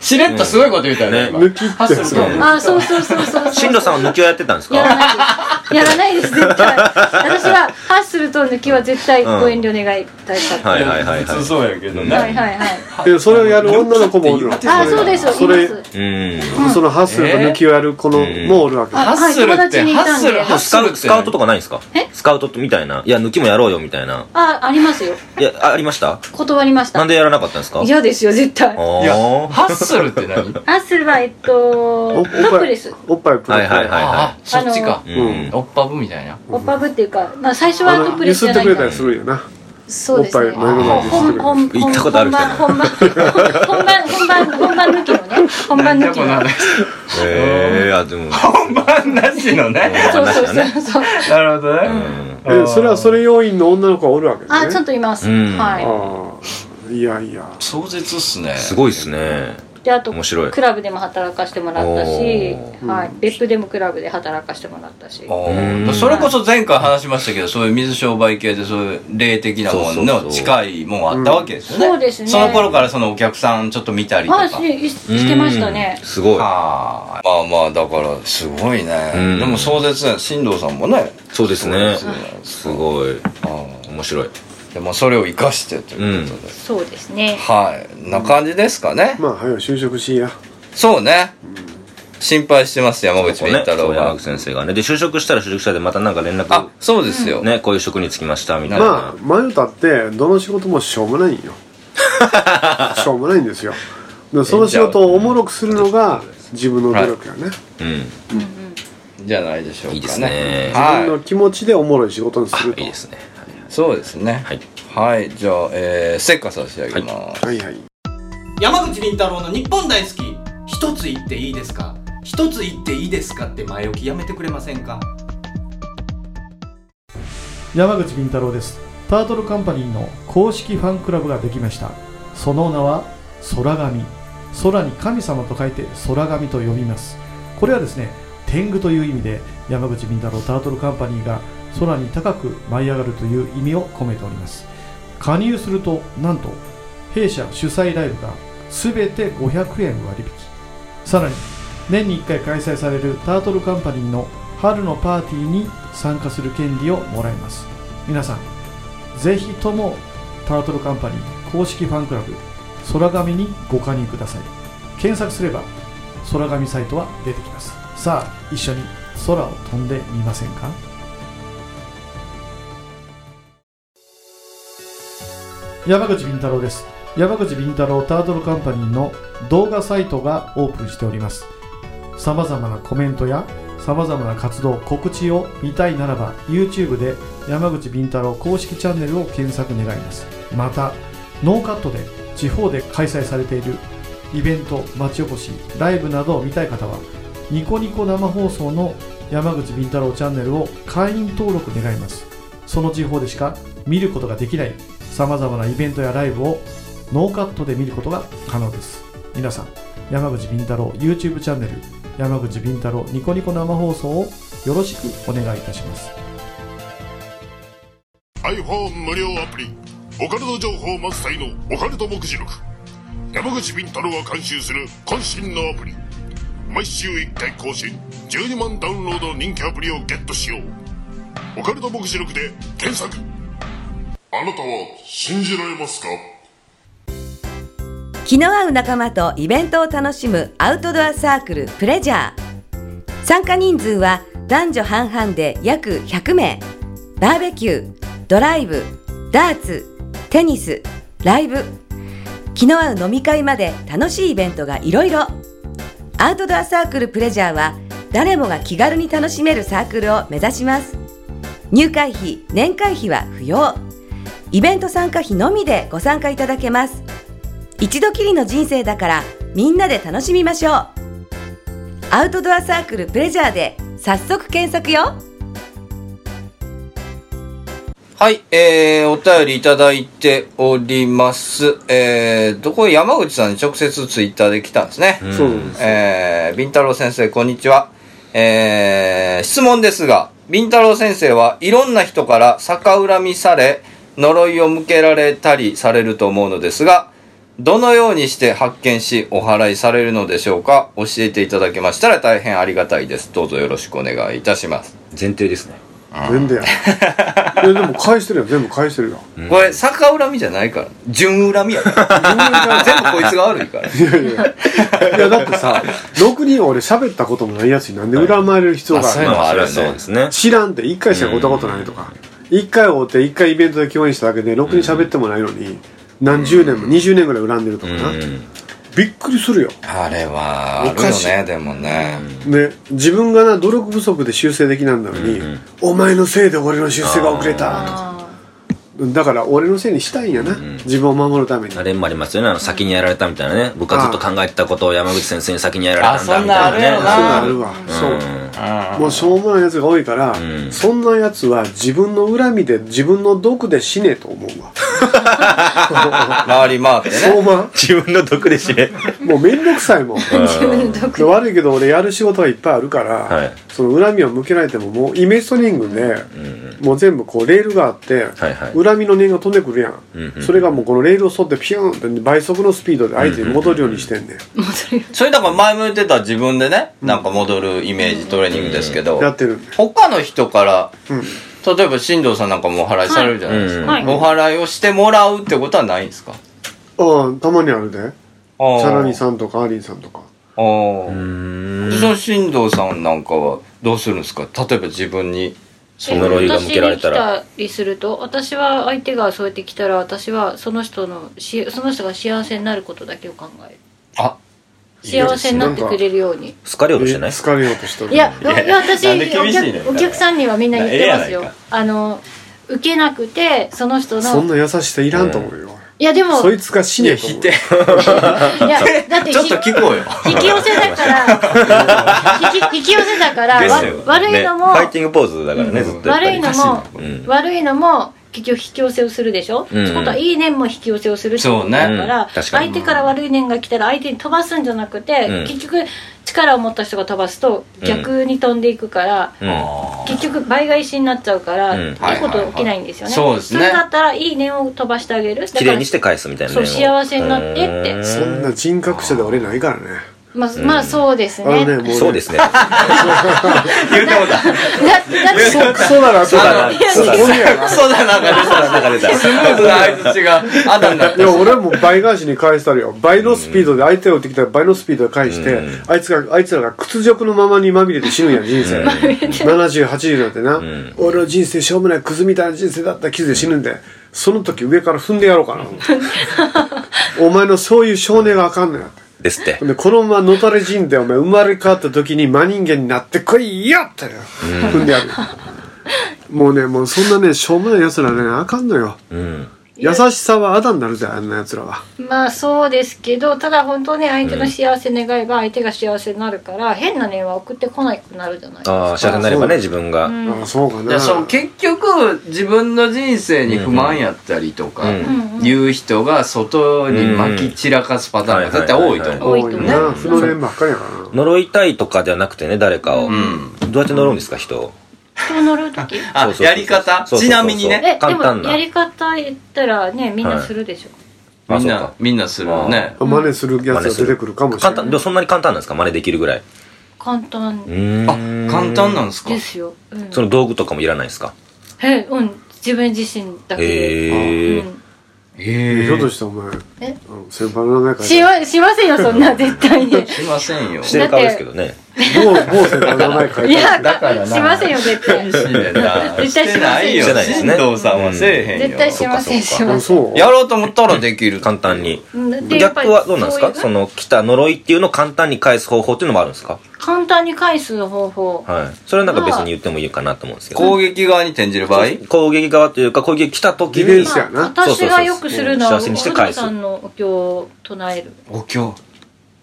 [SPEAKER 1] しれっとすごいこと言ったよね
[SPEAKER 3] うん
[SPEAKER 1] 今
[SPEAKER 2] 抜き
[SPEAKER 1] ハッ
[SPEAKER 2] っ
[SPEAKER 1] ス
[SPEAKER 2] て
[SPEAKER 1] ル
[SPEAKER 2] そ
[SPEAKER 1] そうう
[SPEAKER 4] あそうそうそうそうそう
[SPEAKER 3] 新藤さんは抜きをやってたんです
[SPEAKER 4] やら
[SPEAKER 3] か
[SPEAKER 4] ないですやらないです絶対私はハッスルと抜きは絶対ご遠慮願いたいから、
[SPEAKER 3] はいはいはいはい
[SPEAKER 1] 普通そうやけどね、
[SPEAKER 4] はいはいはい
[SPEAKER 2] えそれをやる女の子もおるの
[SPEAKER 1] 抜きって
[SPEAKER 4] あそうですよ
[SPEAKER 2] そ
[SPEAKER 4] いま
[SPEAKER 2] れ
[SPEAKER 4] す
[SPEAKER 3] うん
[SPEAKER 2] そのハッスルと抜きをやる子のもおるわけ
[SPEAKER 4] あ
[SPEAKER 1] ハッスル
[SPEAKER 4] はい
[SPEAKER 1] っ
[SPEAKER 4] 友達
[SPEAKER 1] て
[SPEAKER 4] にい
[SPEAKER 1] ハッ
[SPEAKER 4] たん
[SPEAKER 1] ス
[SPEAKER 4] で
[SPEAKER 1] ルハッ
[SPEAKER 3] ス
[SPEAKER 1] ス
[SPEAKER 3] カ
[SPEAKER 1] ルっ
[SPEAKER 3] ウ
[SPEAKER 1] て
[SPEAKER 3] スカウトとかないんですか
[SPEAKER 4] え
[SPEAKER 3] スカウトみたいないや抜きもやろうよみたいな
[SPEAKER 4] あありますよ
[SPEAKER 3] いやあありました
[SPEAKER 4] 断りました
[SPEAKER 3] なんでやらなかったんですか
[SPEAKER 4] 嫌ですよ絶対
[SPEAKER 3] あ
[SPEAKER 1] いや
[SPEAKER 3] ー
[SPEAKER 1] ハッスルって何
[SPEAKER 4] ハッスルはえっと
[SPEAKER 2] おおっ
[SPEAKER 4] カップレス
[SPEAKER 2] おっぱいプロ
[SPEAKER 3] はいはいはい
[SPEAKER 1] ああそっちか
[SPEAKER 3] う
[SPEAKER 2] うん
[SPEAKER 3] ん
[SPEAKER 1] おっぱぶみたいな
[SPEAKER 4] オッパブっていうか、まあ、最初は
[SPEAKER 2] あ
[SPEAKER 4] トッ
[SPEAKER 2] の
[SPEAKER 4] プレ
[SPEAKER 2] ゆ
[SPEAKER 4] ス
[SPEAKER 2] す
[SPEAKER 4] じゃ
[SPEAKER 2] っ
[SPEAKER 4] な
[SPEAKER 2] てくれ
[SPEAKER 4] いか
[SPEAKER 2] た
[SPEAKER 4] ら
[SPEAKER 2] りするんやな
[SPEAKER 4] そうです
[SPEAKER 2] お
[SPEAKER 4] ね
[SPEAKER 2] っぱい目の前で
[SPEAKER 4] 本本
[SPEAKER 3] 行ったことある人ね
[SPEAKER 4] 本番本番本番本番本番抜きのね本 番抜きの
[SPEAKER 3] へえあで も
[SPEAKER 1] 本番なしのね
[SPEAKER 4] そうそ
[SPEAKER 3] 話
[SPEAKER 4] う
[SPEAKER 3] だね
[SPEAKER 4] そうそう
[SPEAKER 1] なるほどね
[SPEAKER 3] う
[SPEAKER 2] えそれはそれ要員の女の子がおるわけね
[SPEAKER 4] あちゃんといます、
[SPEAKER 3] うん
[SPEAKER 4] は
[SPEAKER 2] ああいやいや
[SPEAKER 1] 壮絶っすね
[SPEAKER 3] んすごいですね
[SPEAKER 4] いであと
[SPEAKER 3] 面白い
[SPEAKER 4] クラブでも働かせてもらったし
[SPEAKER 3] お、
[SPEAKER 2] ー
[SPEAKER 4] はい
[SPEAKER 2] うん、
[SPEAKER 4] 別府でもクラブで働かせてもらったし
[SPEAKER 1] あー
[SPEAKER 3] うん
[SPEAKER 1] それこそ前回話しましたけどそういう水商売系でそういう霊的なもの
[SPEAKER 3] そうそうそ
[SPEAKER 1] の
[SPEAKER 3] う
[SPEAKER 1] 近いもんあったわけですよね、
[SPEAKER 4] そうですね
[SPEAKER 1] その頃からそのお客さんちょっと見たりとか
[SPEAKER 4] あしししてましたね
[SPEAKER 3] うんすごい
[SPEAKER 1] あーまあまあだからすごいね、
[SPEAKER 3] うん
[SPEAKER 1] でも壮絶な新藤さんもね
[SPEAKER 3] そうですね
[SPEAKER 1] そうです
[SPEAKER 3] すごい
[SPEAKER 1] あー
[SPEAKER 3] 面白い
[SPEAKER 1] でもそれを生かしてということで、
[SPEAKER 4] そうですね
[SPEAKER 1] はいな感じですかね、
[SPEAKER 2] まあ早よ就職しいや
[SPEAKER 1] そうね心配してます山口
[SPEAKER 3] そう
[SPEAKER 1] 敏
[SPEAKER 3] ね
[SPEAKER 1] 太郎
[SPEAKER 3] そう
[SPEAKER 1] は
[SPEAKER 3] 山口先生がねで就職したら就職したでまたなんか連絡
[SPEAKER 1] あそうですよ、
[SPEAKER 3] ねこういう職に就きましたみたい
[SPEAKER 2] まあ
[SPEAKER 3] な
[SPEAKER 2] 迷ったってどの仕事もしょうもないん よしょうもないんですよでその仕事をおもろくするのが自分の努力やね、
[SPEAKER 3] うん
[SPEAKER 4] うんうん
[SPEAKER 1] じゃないでしょうかね
[SPEAKER 3] いいですね
[SPEAKER 2] 自分
[SPEAKER 1] は
[SPEAKER 2] の気持ちでおもろい仕事にする
[SPEAKER 3] あ
[SPEAKER 2] と
[SPEAKER 3] いいですね
[SPEAKER 1] いそうですね
[SPEAKER 3] はい
[SPEAKER 1] はい、じゃあ、えー、せっか差し上げます、
[SPEAKER 2] はいはい
[SPEAKER 5] 山口倫太郎の日本大好き一つ言っていいですか一つ言っていいですかって前置きやめてくれませんか
[SPEAKER 6] 山口敏太郎ですタートルカンパニーの公式ファンクラブができましたその名は空神空に神様と書いて空神と呼びますこれはですね天狗という意味で山口敏太郎タートルカンパニーが空に高く舞い上がるという意味を込めております加入するとなんと弊社主催ライブが全て500円割引さらに年に1回開催されるタートルカンパニーの春のパーティーに参加する権利をもらえます皆さんぜひともタートルカンパニー公式ファンクラブ空紙にご加入ください検索すれば空紙サイトは出てきますさあ一緒に空を飛んでみませんか山口敏太郎です山口敏太郎タートルカンパニーの動画サイトがオープンしておりますさまざまなコメントやさまざまな活動告知を見たいならば YouTube で山口敏太郎公式チャンネルを検索願いますまたノーカットで地方で開催されているイベント町おこしライブなどを見たい方はニコニコ生放送の山口敏太郎チャンネルを会員登録願いますその地方でしか見ることができないさまざまなイベントやライブをノーカットで見ることが可能です皆さん山口敏太郎 YouTube チャンネル山口敏太郎ニコニコ生放送をよろしくお願いいたします
[SPEAKER 7] iPhone 無料アプリオカルト情報満載のオカルト目次録山口敏太郎が監修する渾身のアプリ毎週1回更新12万ダウンロードの人気アプリをゲットしようオカルト目次録で検索あなたは信じられますか
[SPEAKER 8] 気の合う仲間とイベントを楽しむアウトドアサークルプレジャー参加人数は男女半々で約100名バーベキュードライブダーツテニスライブ気の合う飲み会まで楽しいイベントがいろいろアウトドアサークルプレジャーは誰もが気軽に楽しめるサークルを目指します入会費年会費は不要イベント参加費のみでご参加いただけます一度きりの人生だからみんなで楽しみましょうアウトドアサークルプレジャーで早速検索よ
[SPEAKER 1] はい、えー、お便りいただいております。えー、どこ山口さんに直接ツイッターで来たんですね。
[SPEAKER 3] うん
[SPEAKER 2] そうなんですよ
[SPEAKER 1] えー、ビンタロウ先生、こんにちは。えー、質問ですが、ビンタロウ先生はいろんな人から逆恨みされ、呪いを向けられたりされると思うのですが、どのようにして発見し、お祓いされるのでしょうか教えていただけましたら大変ありがたいです。どうぞよろしくお願いいたします。
[SPEAKER 3] 前提ですね
[SPEAKER 2] 全 然やいやでも返してるよ全部返してるよ
[SPEAKER 3] うん
[SPEAKER 1] これ、逆恨みじゃないから。純恨みやから。全部こいつが悪いから。
[SPEAKER 2] いやいやいやだってさろくに俺喋ったこともないやつになんで恨まれる必要があ
[SPEAKER 1] そう
[SPEAKER 2] る
[SPEAKER 1] いう
[SPEAKER 2] の
[SPEAKER 1] のはあるよね
[SPEAKER 3] まそうですね
[SPEAKER 2] 知らんって一回しか会ったことないとか一回会って一回イベントで共演しただけでろくに喋ってもないのに何十年も20年ぐらい恨んでると
[SPEAKER 3] う
[SPEAKER 2] か
[SPEAKER 3] ん
[SPEAKER 2] なびっくりするよ
[SPEAKER 1] あれは、あるよね、でもね。
[SPEAKER 2] で自分がな努力不足で修正できないんだのに、
[SPEAKER 3] うんうん
[SPEAKER 2] お前のせいで俺の修正が遅れたとか
[SPEAKER 4] あ
[SPEAKER 2] だから俺のせいにしたいんやな、
[SPEAKER 3] ん
[SPEAKER 2] 自分を守るために
[SPEAKER 3] あれもありますよねあの先にやられたみたいなね僕はずっと考えてたことを山口先生に先にやられたんだみたいなね
[SPEAKER 1] あそん
[SPEAKER 2] そういうの
[SPEAKER 1] な
[SPEAKER 2] あるわ、そう
[SPEAKER 1] うん
[SPEAKER 2] もうしょうもないやつが多いから、
[SPEAKER 3] ん
[SPEAKER 2] そんなやつは自分の恨みで自分の毒で死ねと思うわ
[SPEAKER 1] 回り回って
[SPEAKER 2] そ
[SPEAKER 1] ね。
[SPEAKER 2] うまん
[SPEAKER 3] 自分の毒で死ね
[SPEAKER 2] もうめんどくさいもん
[SPEAKER 4] ー自分の
[SPEAKER 2] で
[SPEAKER 4] 毒
[SPEAKER 2] 悪いけど俺やる仕事がいっぱいあるから、
[SPEAKER 3] はい
[SPEAKER 2] その恨みを向けられてももうイメストリングで、もう全部こうレールがあって、
[SPEAKER 3] はいはい
[SPEAKER 2] 恨みの念が飛んでくるやん、
[SPEAKER 3] んうん
[SPEAKER 2] それがもうこのレールを沿ってピューンって倍速のスピードで相手に戻るようにしてんねん,、
[SPEAKER 1] それだから前も言ってた自分でね、なんか戻るイメージトレーニングですけど、
[SPEAKER 2] やってる
[SPEAKER 1] 他の人から、
[SPEAKER 2] うん
[SPEAKER 1] 例えば新藤さんなんかもお祓いされるじゃないですか。
[SPEAKER 4] はいうん
[SPEAKER 1] お祓いをしてもらうってことはないんですか
[SPEAKER 2] ああたまにあるで
[SPEAKER 1] チャ
[SPEAKER 2] チャラニさんとかアリンさんとか
[SPEAKER 1] あー
[SPEAKER 3] うん
[SPEAKER 1] その新藤さんなんかはどうするんですか例えば自分に。
[SPEAKER 4] ーえ
[SPEAKER 3] 呪いが向けられたら
[SPEAKER 4] 私に来たりすると私は相手がそうやって来たら私はその人のしその人が幸せになることだけを考える
[SPEAKER 1] あ、
[SPEAKER 4] 幸せになってくれるように
[SPEAKER 3] 好かれようとしてない
[SPEAKER 2] え好かれようとしてる
[SPEAKER 4] いやいや私
[SPEAKER 1] なんで厳しいねん
[SPEAKER 4] お客お客さんにはみんな言ってますよ
[SPEAKER 1] ええやない
[SPEAKER 4] あの受けなくてその人
[SPEAKER 2] そん
[SPEAKER 4] の
[SPEAKER 2] な優しさいらんと思うよ、
[SPEAKER 4] いやでも
[SPEAKER 2] そいつが死
[SPEAKER 1] いや、
[SPEAKER 2] ねと思
[SPEAKER 1] 否
[SPEAKER 2] う
[SPEAKER 1] 定。
[SPEAKER 4] いやだって
[SPEAKER 1] ちょっと聞こうよ。
[SPEAKER 4] 引き寄せだから引き引き寄せだから
[SPEAKER 3] で
[SPEAKER 4] わ
[SPEAKER 3] すよ
[SPEAKER 4] 悪いのも
[SPEAKER 3] ねファイティングポーズだからねずっとやっぱ
[SPEAKER 4] 悪い
[SPEAKER 3] り
[SPEAKER 4] のも
[SPEAKER 3] うん
[SPEAKER 4] 悪いのも結局引き寄せをするでしょ、
[SPEAKER 3] うん
[SPEAKER 4] ってことはいい念も引き寄せをするってことだから、
[SPEAKER 3] そうねうん確かに
[SPEAKER 4] 相手から悪い念が来たら相手に飛ばすんじゃなくて、
[SPEAKER 3] うん
[SPEAKER 4] 結局力を持った人が飛ばすと逆に飛んでいくから、
[SPEAKER 3] うん
[SPEAKER 4] 結局倍返しになっちゃうから、
[SPEAKER 3] うん
[SPEAKER 4] いいこと起きないんですよね、
[SPEAKER 1] はいはいはいそうですね
[SPEAKER 4] れだったらいい念を飛ばしてあげるだから
[SPEAKER 3] 綺麗にして返すみたいなね
[SPEAKER 4] そう幸せになってって
[SPEAKER 3] うん
[SPEAKER 2] そんな人格者で俺ないからね
[SPEAKER 4] まあ、まあそうです
[SPEAKER 2] あ
[SPEAKER 4] ね
[SPEAKER 2] のねもう
[SPEAKER 3] そうですね
[SPEAKER 1] 言うても だ。
[SPEAKER 4] だ だって
[SPEAKER 2] クソだな
[SPEAKER 3] そうだなそうだな
[SPEAKER 2] 俺やな
[SPEAKER 1] クソだな、なんか出た
[SPEAKER 3] なんか出た
[SPEAKER 1] スムーズな相槌があだになっ
[SPEAKER 2] い
[SPEAKER 1] て
[SPEAKER 2] や俺も倍返しに返したるよ倍のスピードで相手を打ってきたら倍のスピードで返して、あいつがあいつらが屈辱のままにまみれて死ぬんや人生、7080なんてな、
[SPEAKER 3] ん
[SPEAKER 2] 俺の人生しょうもないクズみたいな人生だった傷で死ぬんで、その時上から踏んでやろうか な、お前のそういう少年があかんのや
[SPEAKER 3] ですって
[SPEAKER 2] でこのままのたれ死んでお前生まれ変わった時に真人間になってこいよって踏んでやる、もうねもうそんなねしょうもない奴らねあかんのよ
[SPEAKER 3] うん
[SPEAKER 2] 優しさはあだになるぜあんな奴らは
[SPEAKER 4] まあそうですけどただ本当ね相手の幸せ願えば相手が幸せになるから、変な念は送ってこなくなるじゃないです
[SPEAKER 3] あ
[SPEAKER 4] か
[SPEAKER 3] あ幸せになればね自分が
[SPEAKER 4] うん
[SPEAKER 2] ああそうか
[SPEAKER 1] いや
[SPEAKER 2] な
[SPEAKER 1] そう結局自分の人生に不満やったりとか
[SPEAKER 3] うん
[SPEAKER 4] うん
[SPEAKER 1] いう人が外にまき散らかすパターンが絶対多いと思う。
[SPEAKER 4] 多い
[SPEAKER 2] 多い
[SPEAKER 4] と
[SPEAKER 2] よ
[SPEAKER 4] ね
[SPEAKER 2] な負の連ばっかりやからな
[SPEAKER 3] 呪いたいとかではなくてね誰かを
[SPEAKER 1] うん
[SPEAKER 3] どうやって呪うんですか人を
[SPEAKER 4] ト乗る 時
[SPEAKER 3] そ
[SPEAKER 1] あ
[SPEAKER 3] うそうそう、そう
[SPEAKER 1] やり方
[SPEAKER 3] そうそうそ
[SPEAKER 1] ち
[SPEAKER 3] う
[SPEAKER 1] なみにね。
[SPEAKER 4] えで
[SPEAKER 3] 簡
[SPEAKER 4] も
[SPEAKER 3] 単な
[SPEAKER 4] やり方言ったらねみんなするでしょ、
[SPEAKER 1] み
[SPEAKER 3] あ
[SPEAKER 1] ん
[SPEAKER 3] そう
[SPEAKER 1] な
[SPEAKER 3] か、
[SPEAKER 1] みんなするよね。
[SPEAKER 2] 真似するやつが出てくるかもしれ
[SPEAKER 3] 簡
[SPEAKER 2] な
[SPEAKER 3] 単
[SPEAKER 2] い
[SPEAKER 3] でもそんなに簡単なんですか真似できるぐらい
[SPEAKER 4] 簡単
[SPEAKER 1] あ、
[SPEAKER 3] 簡
[SPEAKER 1] 簡単なん
[SPEAKER 3] ん
[SPEAKER 1] ですか
[SPEAKER 4] ですよ、うん、
[SPEAKER 3] その道具とかもいらないですか
[SPEAKER 4] えうん自分自身だけで、
[SPEAKER 3] へえ
[SPEAKER 4] うん
[SPEAKER 1] へ
[SPEAKER 2] ひょっと
[SPEAKER 1] え。
[SPEAKER 2] してお前
[SPEAKER 4] え
[SPEAKER 2] うん先輩の名前書い
[SPEAKER 4] してましませんよそんな絶 対に
[SPEAKER 1] しませんよ。
[SPEAKER 3] してる顔ですけどね
[SPEAKER 2] 某某先輩の名前書い
[SPEAKER 4] い
[SPEAKER 2] て
[SPEAKER 4] や
[SPEAKER 1] だからな
[SPEAKER 4] しませんよ絶 対
[SPEAKER 1] しねえな
[SPEAKER 4] 絶対
[SPEAKER 1] してないよ。
[SPEAKER 3] してないですね
[SPEAKER 1] 進藤さんはせえへんよ。
[SPEAKER 4] 絶対しません
[SPEAKER 3] そっ
[SPEAKER 4] し
[SPEAKER 3] か
[SPEAKER 4] ま
[SPEAKER 2] あ
[SPEAKER 4] せん
[SPEAKER 2] そう
[SPEAKER 1] やろうと思ったらできる。
[SPEAKER 3] 簡単に
[SPEAKER 4] うんだってやっぱ
[SPEAKER 3] 逆
[SPEAKER 4] り
[SPEAKER 3] はどうなんですか
[SPEAKER 4] そ
[SPEAKER 3] その来た呪いっていうのを簡単に返す方法っていうのもあるんですか
[SPEAKER 4] ういう簡単に返す方法
[SPEAKER 3] はいそれはなんか別に言ってもいいかなと思うんですけど
[SPEAKER 1] 攻撃側に転じる場合
[SPEAKER 3] 攻撃側というか攻撃来た時
[SPEAKER 2] ディフェ
[SPEAKER 3] に
[SPEAKER 2] ンスやな
[SPEAKER 4] まあ私がよくするのはお
[SPEAKER 3] そうそうそう幸せにして
[SPEAKER 4] 不
[SPEAKER 3] 返
[SPEAKER 4] 動
[SPEAKER 3] す
[SPEAKER 4] 産のお経を唱える、
[SPEAKER 1] お経。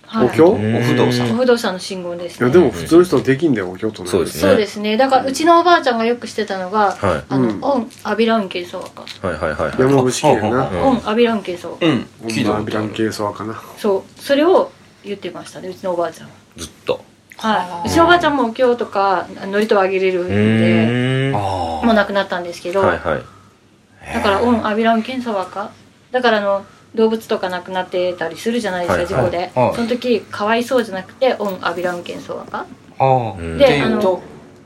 [SPEAKER 4] はい
[SPEAKER 2] お経
[SPEAKER 1] お不動産。
[SPEAKER 4] お不動産の信号です
[SPEAKER 2] いや
[SPEAKER 4] ね
[SPEAKER 2] でも普通の人できんだよお京都
[SPEAKER 3] そうです
[SPEAKER 4] そうですねだからうちのおばあちゃんがよくしてたのが
[SPEAKER 3] はい
[SPEAKER 4] あの、
[SPEAKER 2] うん
[SPEAKER 4] オンアビラウンケイソワカ、
[SPEAKER 3] はいはいはいはい
[SPEAKER 2] 山口県や
[SPEAKER 1] は
[SPEAKER 2] な
[SPEAKER 3] うん
[SPEAKER 4] オンアビラウンケイソワカ、
[SPEAKER 1] うん。聞いた
[SPEAKER 2] まあ
[SPEAKER 1] こ
[SPEAKER 2] ビ
[SPEAKER 1] と
[SPEAKER 2] ラ
[SPEAKER 1] あ
[SPEAKER 2] ン
[SPEAKER 1] る。
[SPEAKER 2] ケーソワかな
[SPEAKER 4] そうそれを言ってましたねうちのおばあちゃんは
[SPEAKER 3] ずっと
[SPEAKER 4] はい、うちのおばあちゃんもお経とか祝詞とあげれるん
[SPEAKER 3] う
[SPEAKER 4] で
[SPEAKER 3] ーんは
[SPEAKER 1] あ
[SPEAKER 4] もう亡くなったんですけど、
[SPEAKER 3] いはい
[SPEAKER 4] だからオンアビラウンケイソワカだからあの動物とか亡くなってたりするじゃないですか、
[SPEAKER 3] はい
[SPEAKER 4] 事故で、
[SPEAKER 1] はいはい
[SPEAKER 4] その時かわいそうじゃなくてオンアビラウンケイソワカ
[SPEAKER 1] あ。ああ。
[SPEAKER 3] うん
[SPEAKER 1] って
[SPEAKER 4] で
[SPEAKER 1] い
[SPEAKER 4] あ
[SPEAKER 1] うと
[SPEAKER 4] の。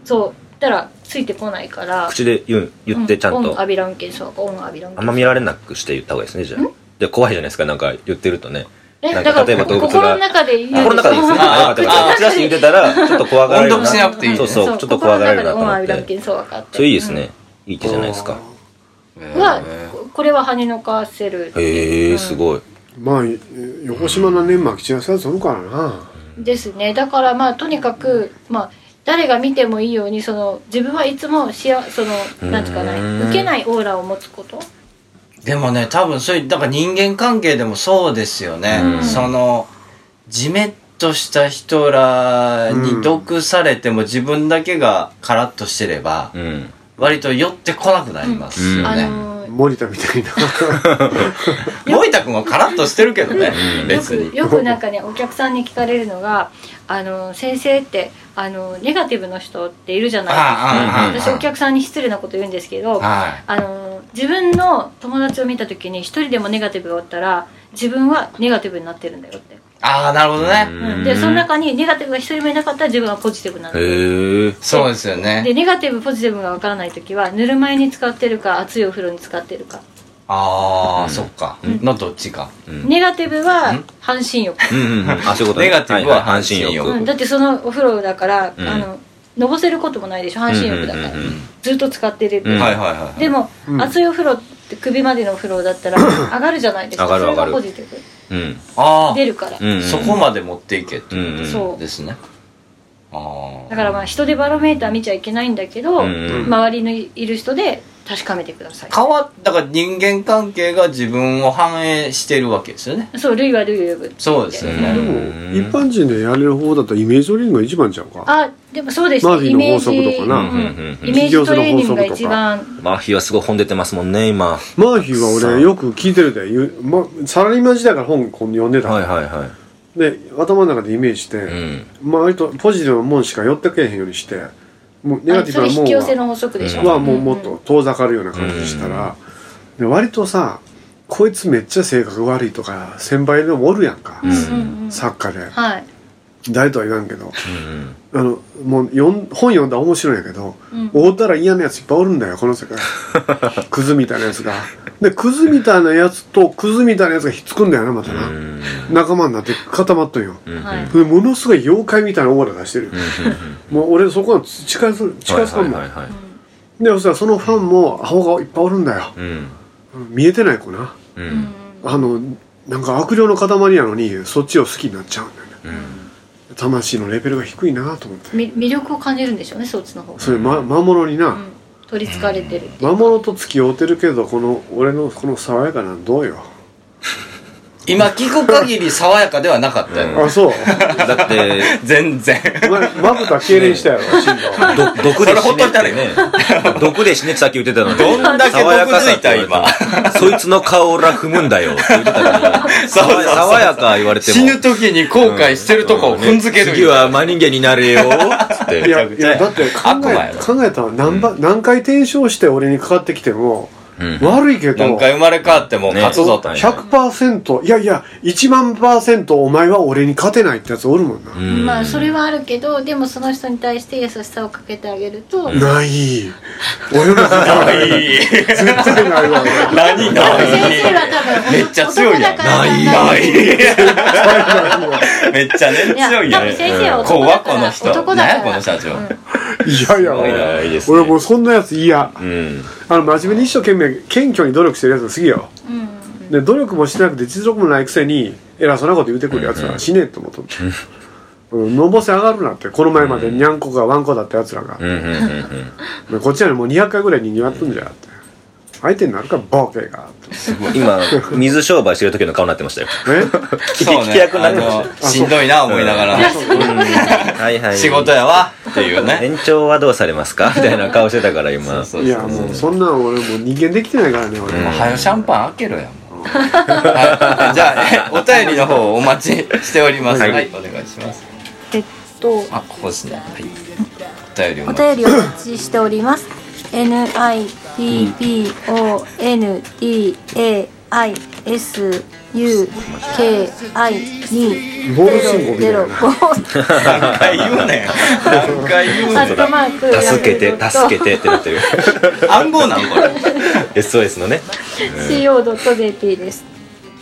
[SPEAKER 4] そうたらついてこないから
[SPEAKER 3] 口で言う言ってちゃん
[SPEAKER 4] うオンア
[SPEAKER 3] と
[SPEAKER 4] ビラウンケイソワカオンアビラ
[SPEAKER 3] あ
[SPEAKER 4] ウンケイ
[SPEAKER 3] ん
[SPEAKER 4] ソワ
[SPEAKER 3] ま
[SPEAKER 4] カ
[SPEAKER 3] 見られなくして言った方がいいですねじゃあで怖いじゃないですかなんか言ってるとね
[SPEAKER 4] え
[SPEAKER 3] な
[SPEAKER 4] だ
[SPEAKER 3] んか
[SPEAKER 4] から
[SPEAKER 3] 例えば動物が
[SPEAKER 4] 心の中で言うでしょ
[SPEAKER 3] 心の中でいいですね。
[SPEAKER 1] あ
[SPEAKER 3] あ、よかったよかった。口出して言ってたら、ちょっと怖がられるな。
[SPEAKER 1] 音読しなくていいね
[SPEAKER 3] そうそう、ちょっと怖がられるなと思
[SPEAKER 4] 心の中でオンアイラン
[SPEAKER 3] っ
[SPEAKER 4] ケ
[SPEAKER 3] て。
[SPEAKER 4] ンソワカって
[SPEAKER 3] そういいですね。いい手じゃないですか。
[SPEAKER 4] うんはここれは羽のかせる
[SPEAKER 3] へえ、すごい。
[SPEAKER 2] まあい横島の年末吉野さんそるからな
[SPEAKER 4] ですねだからまあとにかくまあ誰が見てもいいようにその自分はいつもしあそのなんていうか
[SPEAKER 3] うん
[SPEAKER 4] な受けないオーラを持つこと
[SPEAKER 1] でもね、多分そういう、だから人間関係でもそうですよね。
[SPEAKER 4] うん
[SPEAKER 1] その、じめっとした人らに毒されても自分だけがカラッとしてれば、
[SPEAKER 3] うん。
[SPEAKER 1] 割と寄ってこなくなりますよ
[SPEAKER 4] あ
[SPEAKER 1] ね。
[SPEAKER 4] の
[SPEAKER 2] 森田みたいな
[SPEAKER 1] 森田君はカラッとしてるけどね、
[SPEAKER 4] よ
[SPEAKER 1] 別
[SPEAKER 4] く
[SPEAKER 1] に。
[SPEAKER 4] よくなんかねお客さんに聞かれるのが「あの先生ってあのネガティブの人っているじゃないですか」
[SPEAKER 1] ああ
[SPEAKER 4] 私
[SPEAKER 1] ああああ
[SPEAKER 4] お客さんに失礼なこと言うんですけど
[SPEAKER 1] はい。
[SPEAKER 4] あの自分の友達を見た時に一人でもネガティブがおったら自分はネガティブになってるんだよって、
[SPEAKER 1] ああ、なるほどね。
[SPEAKER 4] うんでその中にネガティブが一人もいなかったら自分はポジティブなんだよ
[SPEAKER 3] へえ。
[SPEAKER 1] そうですよね。
[SPEAKER 4] でネガティブポジティブがわからない時はぬるま湯に使ってるか熱いお風呂に使ってるか、
[SPEAKER 1] ああ、そっか。のどっちか。
[SPEAKER 3] うん
[SPEAKER 4] ネガティブは半身浴、
[SPEAKER 3] うんうんうん。あ、そういうことね
[SPEAKER 1] ネガティブは半身浴
[SPEAKER 4] うんだってそのお風呂だから、あののぼせることもないでしょ半身浴だから、
[SPEAKER 3] うんうんうんうん
[SPEAKER 4] ずっと使ってる、
[SPEAKER 3] うん
[SPEAKER 1] はいはいはい。
[SPEAKER 4] でも、
[SPEAKER 2] ん
[SPEAKER 4] 熱いお風呂って首までのお風呂だ ったら上がるじゃないですか
[SPEAKER 3] 上がる上がる
[SPEAKER 4] それがポジティブ
[SPEAKER 3] うん。
[SPEAKER 1] あ
[SPEAKER 4] 出るから、
[SPEAKER 3] うんうん。
[SPEAKER 1] あ、そこまで持っていけって
[SPEAKER 3] うんうん。
[SPEAKER 4] そう
[SPEAKER 1] ですね。ああ。
[SPEAKER 4] だからまあ人でバロメーター見ちゃいけないんだけど、
[SPEAKER 3] うんうん
[SPEAKER 4] 周りにいる人で確かめてください
[SPEAKER 1] 変わだから人間関係が自分を反映してるわけですよね
[SPEAKER 4] そう類は類を呼ぶ
[SPEAKER 1] そうですよね、
[SPEAKER 2] でも一般人でやれる方だったらイメージトレーニングが一番ちゃうか
[SPEAKER 4] あでもそうです
[SPEAKER 2] マーフィーの法則とかな
[SPEAKER 4] イメージ
[SPEAKER 3] うんうんうん
[SPEAKER 4] イメージトレーニングが一番
[SPEAKER 3] マーフィーはすごい本出てますもんね、今。は
[SPEAKER 2] マーヒーは俺よく聞いてるで言う、ま、サラリーマン時代から本こう読んで
[SPEAKER 3] い
[SPEAKER 2] た、
[SPEAKER 3] はいは
[SPEAKER 2] で頭の中でイメージして、
[SPEAKER 3] い。うん。
[SPEAKER 2] まあ割とポジティブなもんしか寄ってけえへんようにしてもうネガ
[SPEAKER 4] あ
[SPEAKER 2] ティ
[SPEAKER 4] そ
[SPEAKER 2] ブ
[SPEAKER 4] れ
[SPEAKER 2] なも
[SPEAKER 4] 引き寄せの
[SPEAKER 2] ん
[SPEAKER 4] 法則でしょ、
[SPEAKER 2] ははもうもっと遠ざかるような感じしたら、で割とさこいつめっちゃ性格悪いとか先輩でもおるやんか、
[SPEAKER 4] うんうんうん
[SPEAKER 2] サッカーで
[SPEAKER 4] はい、
[SPEAKER 2] 誰とは言わんけど
[SPEAKER 3] うん
[SPEAKER 2] あのもう読ん本読んだら面白いんやけど、
[SPEAKER 4] うん
[SPEAKER 2] 会うたら嫌なやついっぱいおるんだよこの世界クズみたいなやつがでクズみたいなやつとクズみたいなやつがひっつくんだよなまたな、
[SPEAKER 3] うん。
[SPEAKER 2] 仲間になって固まっとんよ、
[SPEAKER 4] はい
[SPEAKER 2] でものすごい妖怪みたいなオーラ出してるよ、もう俺そこは近づ近づかんもん、
[SPEAKER 3] はいはいはいはい。
[SPEAKER 2] でそしたらそのファンもアホがいっぱいおるんだよ、
[SPEAKER 3] うん。
[SPEAKER 2] 見えてない子な
[SPEAKER 3] う
[SPEAKER 4] うん
[SPEAKER 3] ん。
[SPEAKER 2] あのなんか悪霊の塊やのにそっちを好きになっちゃうんだよね、魂のレベルが低いなと思って
[SPEAKER 4] み魅力を感じるんでしょうねそっちの方が、
[SPEAKER 2] それ、ま、魔物にな、
[SPEAKER 4] うん、取りつかれてるっていう
[SPEAKER 2] 魔物と付き合うてるけどこの俺のこの爽やかなんどうよ
[SPEAKER 1] 今聞く限り爽やかではなかったよ、
[SPEAKER 3] うん
[SPEAKER 2] あそう
[SPEAKER 3] だって
[SPEAKER 1] 全然
[SPEAKER 2] お前まぶた痙攣したやろ進藤
[SPEAKER 3] ど毒で死ねっ
[SPEAKER 1] それ
[SPEAKER 3] てね毒で死ねってさっき言ってたのに
[SPEAKER 1] どんだけ
[SPEAKER 3] 爽やかさって言われ
[SPEAKER 1] 毒
[SPEAKER 3] てもそいつの顔ら踏むんだよって言ってたのに
[SPEAKER 1] そうそうそう
[SPEAKER 3] 爽や爽やか言われても
[SPEAKER 1] 死ぬ時に後悔してるとこを踏んづける、
[SPEAKER 3] ね次は真人間になれよつって
[SPEAKER 2] いやいやだって考
[SPEAKER 1] 悪魔や
[SPEAKER 2] え
[SPEAKER 1] ろ
[SPEAKER 2] 考えたら何,、ば何回転生して俺にかかってきても、
[SPEAKER 3] うん
[SPEAKER 2] 悪いけど
[SPEAKER 1] 何回生まれ変わっても勝つぞと、
[SPEAKER 3] ね
[SPEAKER 2] 100%いやいや1万パーセントお前は俺に勝てないってやつおるもんな、
[SPEAKER 3] うん
[SPEAKER 4] まあそれはあるけどでもその人に対して優しさをかけてあげると、全
[SPEAKER 2] ない俺のない絶対ないわ俺
[SPEAKER 1] 何
[SPEAKER 4] 先生
[SPEAKER 1] 何
[SPEAKER 4] は多分
[SPEAKER 1] めっちゃ強いやん
[SPEAKER 4] 男だから
[SPEAKER 3] ない
[SPEAKER 1] めっちゃね
[SPEAKER 4] いや
[SPEAKER 1] 強いよね
[SPEAKER 4] 多分先生は
[SPEAKER 1] こ
[SPEAKER 4] 男だ
[SPEAKER 1] わ
[SPEAKER 4] から
[SPEAKER 1] この人
[SPEAKER 4] 男だか
[SPEAKER 1] 何
[SPEAKER 4] ら
[SPEAKER 1] やこの社長、
[SPEAKER 4] うん
[SPEAKER 2] いやいや
[SPEAKER 3] いや
[SPEAKER 2] 俺
[SPEAKER 3] いいですね
[SPEAKER 2] 俺もうそんなやつ嫌
[SPEAKER 3] うん
[SPEAKER 2] あの真面目に一生懸命謙虚に努力してるやつが好きよ
[SPEAKER 4] うん
[SPEAKER 2] で努力もしてなくて実力もないくせに偉そうなこと言うてくるやつら死ねえと思っとったうんのぼせ上がるなってこの前までにゃんこがわんこだったやつらが、
[SPEAKER 3] うんうんうんうん
[SPEAKER 2] こっちはもう200回ぐらい人間やっとんじゃって相手になるかボケが って
[SPEAKER 3] 今水商売してる時の顔になってましたよ
[SPEAKER 2] え
[SPEAKER 3] 聞き聞き役になってましたよ
[SPEAKER 1] あのしんどいな思いながら、
[SPEAKER 3] はいはい
[SPEAKER 1] 仕事やわっていうね
[SPEAKER 3] 延長はどうされますかみたいな顔してたから今
[SPEAKER 1] そうそうそう
[SPEAKER 2] いやもうそんなん俺もう人間できてないからね俺
[SPEAKER 1] もう早よシャンパン開けろやもうはい、 じゃあえお便りの方をお待ちしておりますは、
[SPEAKER 3] はいい
[SPEAKER 1] お願いします
[SPEAKER 4] えっと
[SPEAKER 1] あここですねはいお便りを
[SPEAKER 4] お
[SPEAKER 1] 待ち
[SPEAKER 4] 便りをお待ちしております NIPPONDAISUKI2
[SPEAKER 2] ボール信号みたいな
[SPEAKER 1] 何回言うねん何回言う
[SPEAKER 4] アットマーク
[SPEAKER 3] 助けて助けてってなってる
[SPEAKER 1] 暗号なんこれ
[SPEAKER 3] SOS のね
[SPEAKER 4] CO.jp です、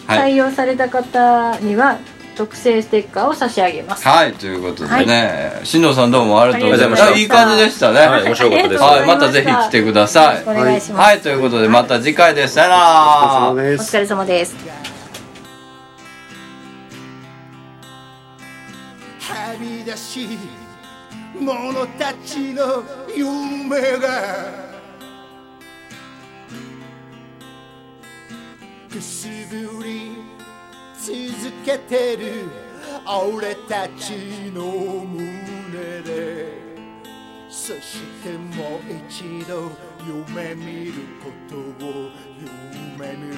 [SPEAKER 1] はい、
[SPEAKER 4] 採用された方には特製ステッカーを差し上げます
[SPEAKER 1] はい、ということでね進藤、さんどうもありがとうございまし
[SPEAKER 3] あ
[SPEAKER 1] た
[SPEAKER 3] り
[SPEAKER 1] いい
[SPEAKER 4] がとうございました
[SPEAKER 1] 感じでしたね、
[SPEAKER 3] はい面白かったです
[SPEAKER 1] はい、またぜひ来てください。
[SPEAKER 4] よろしくお願いします
[SPEAKER 1] はい、ということで、また次回です。さよなら
[SPEAKER 2] お疲。れ様
[SPEAKER 4] お
[SPEAKER 2] です
[SPEAKER 4] 疲れ様です
[SPEAKER 9] はみ出し者たちの夢がくすぶり続けてる俺たちの胸でそしてもう一度夢見ることを夢見る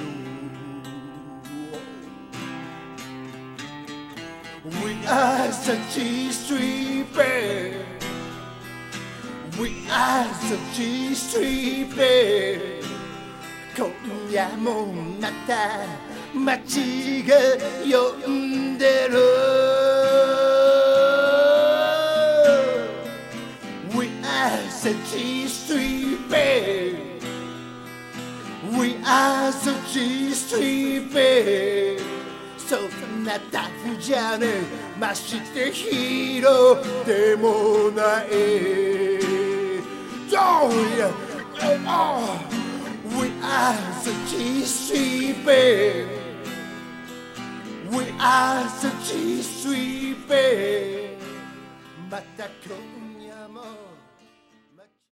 [SPEAKER 9] We are such a street band. We are such a street band. 今夜もまた街が呼んでる We are such a street band. We are such a street band. そんなタフじゃねえましてヒーローでもない Don't you- Oh, We are such a street band. We are such a street band. また今日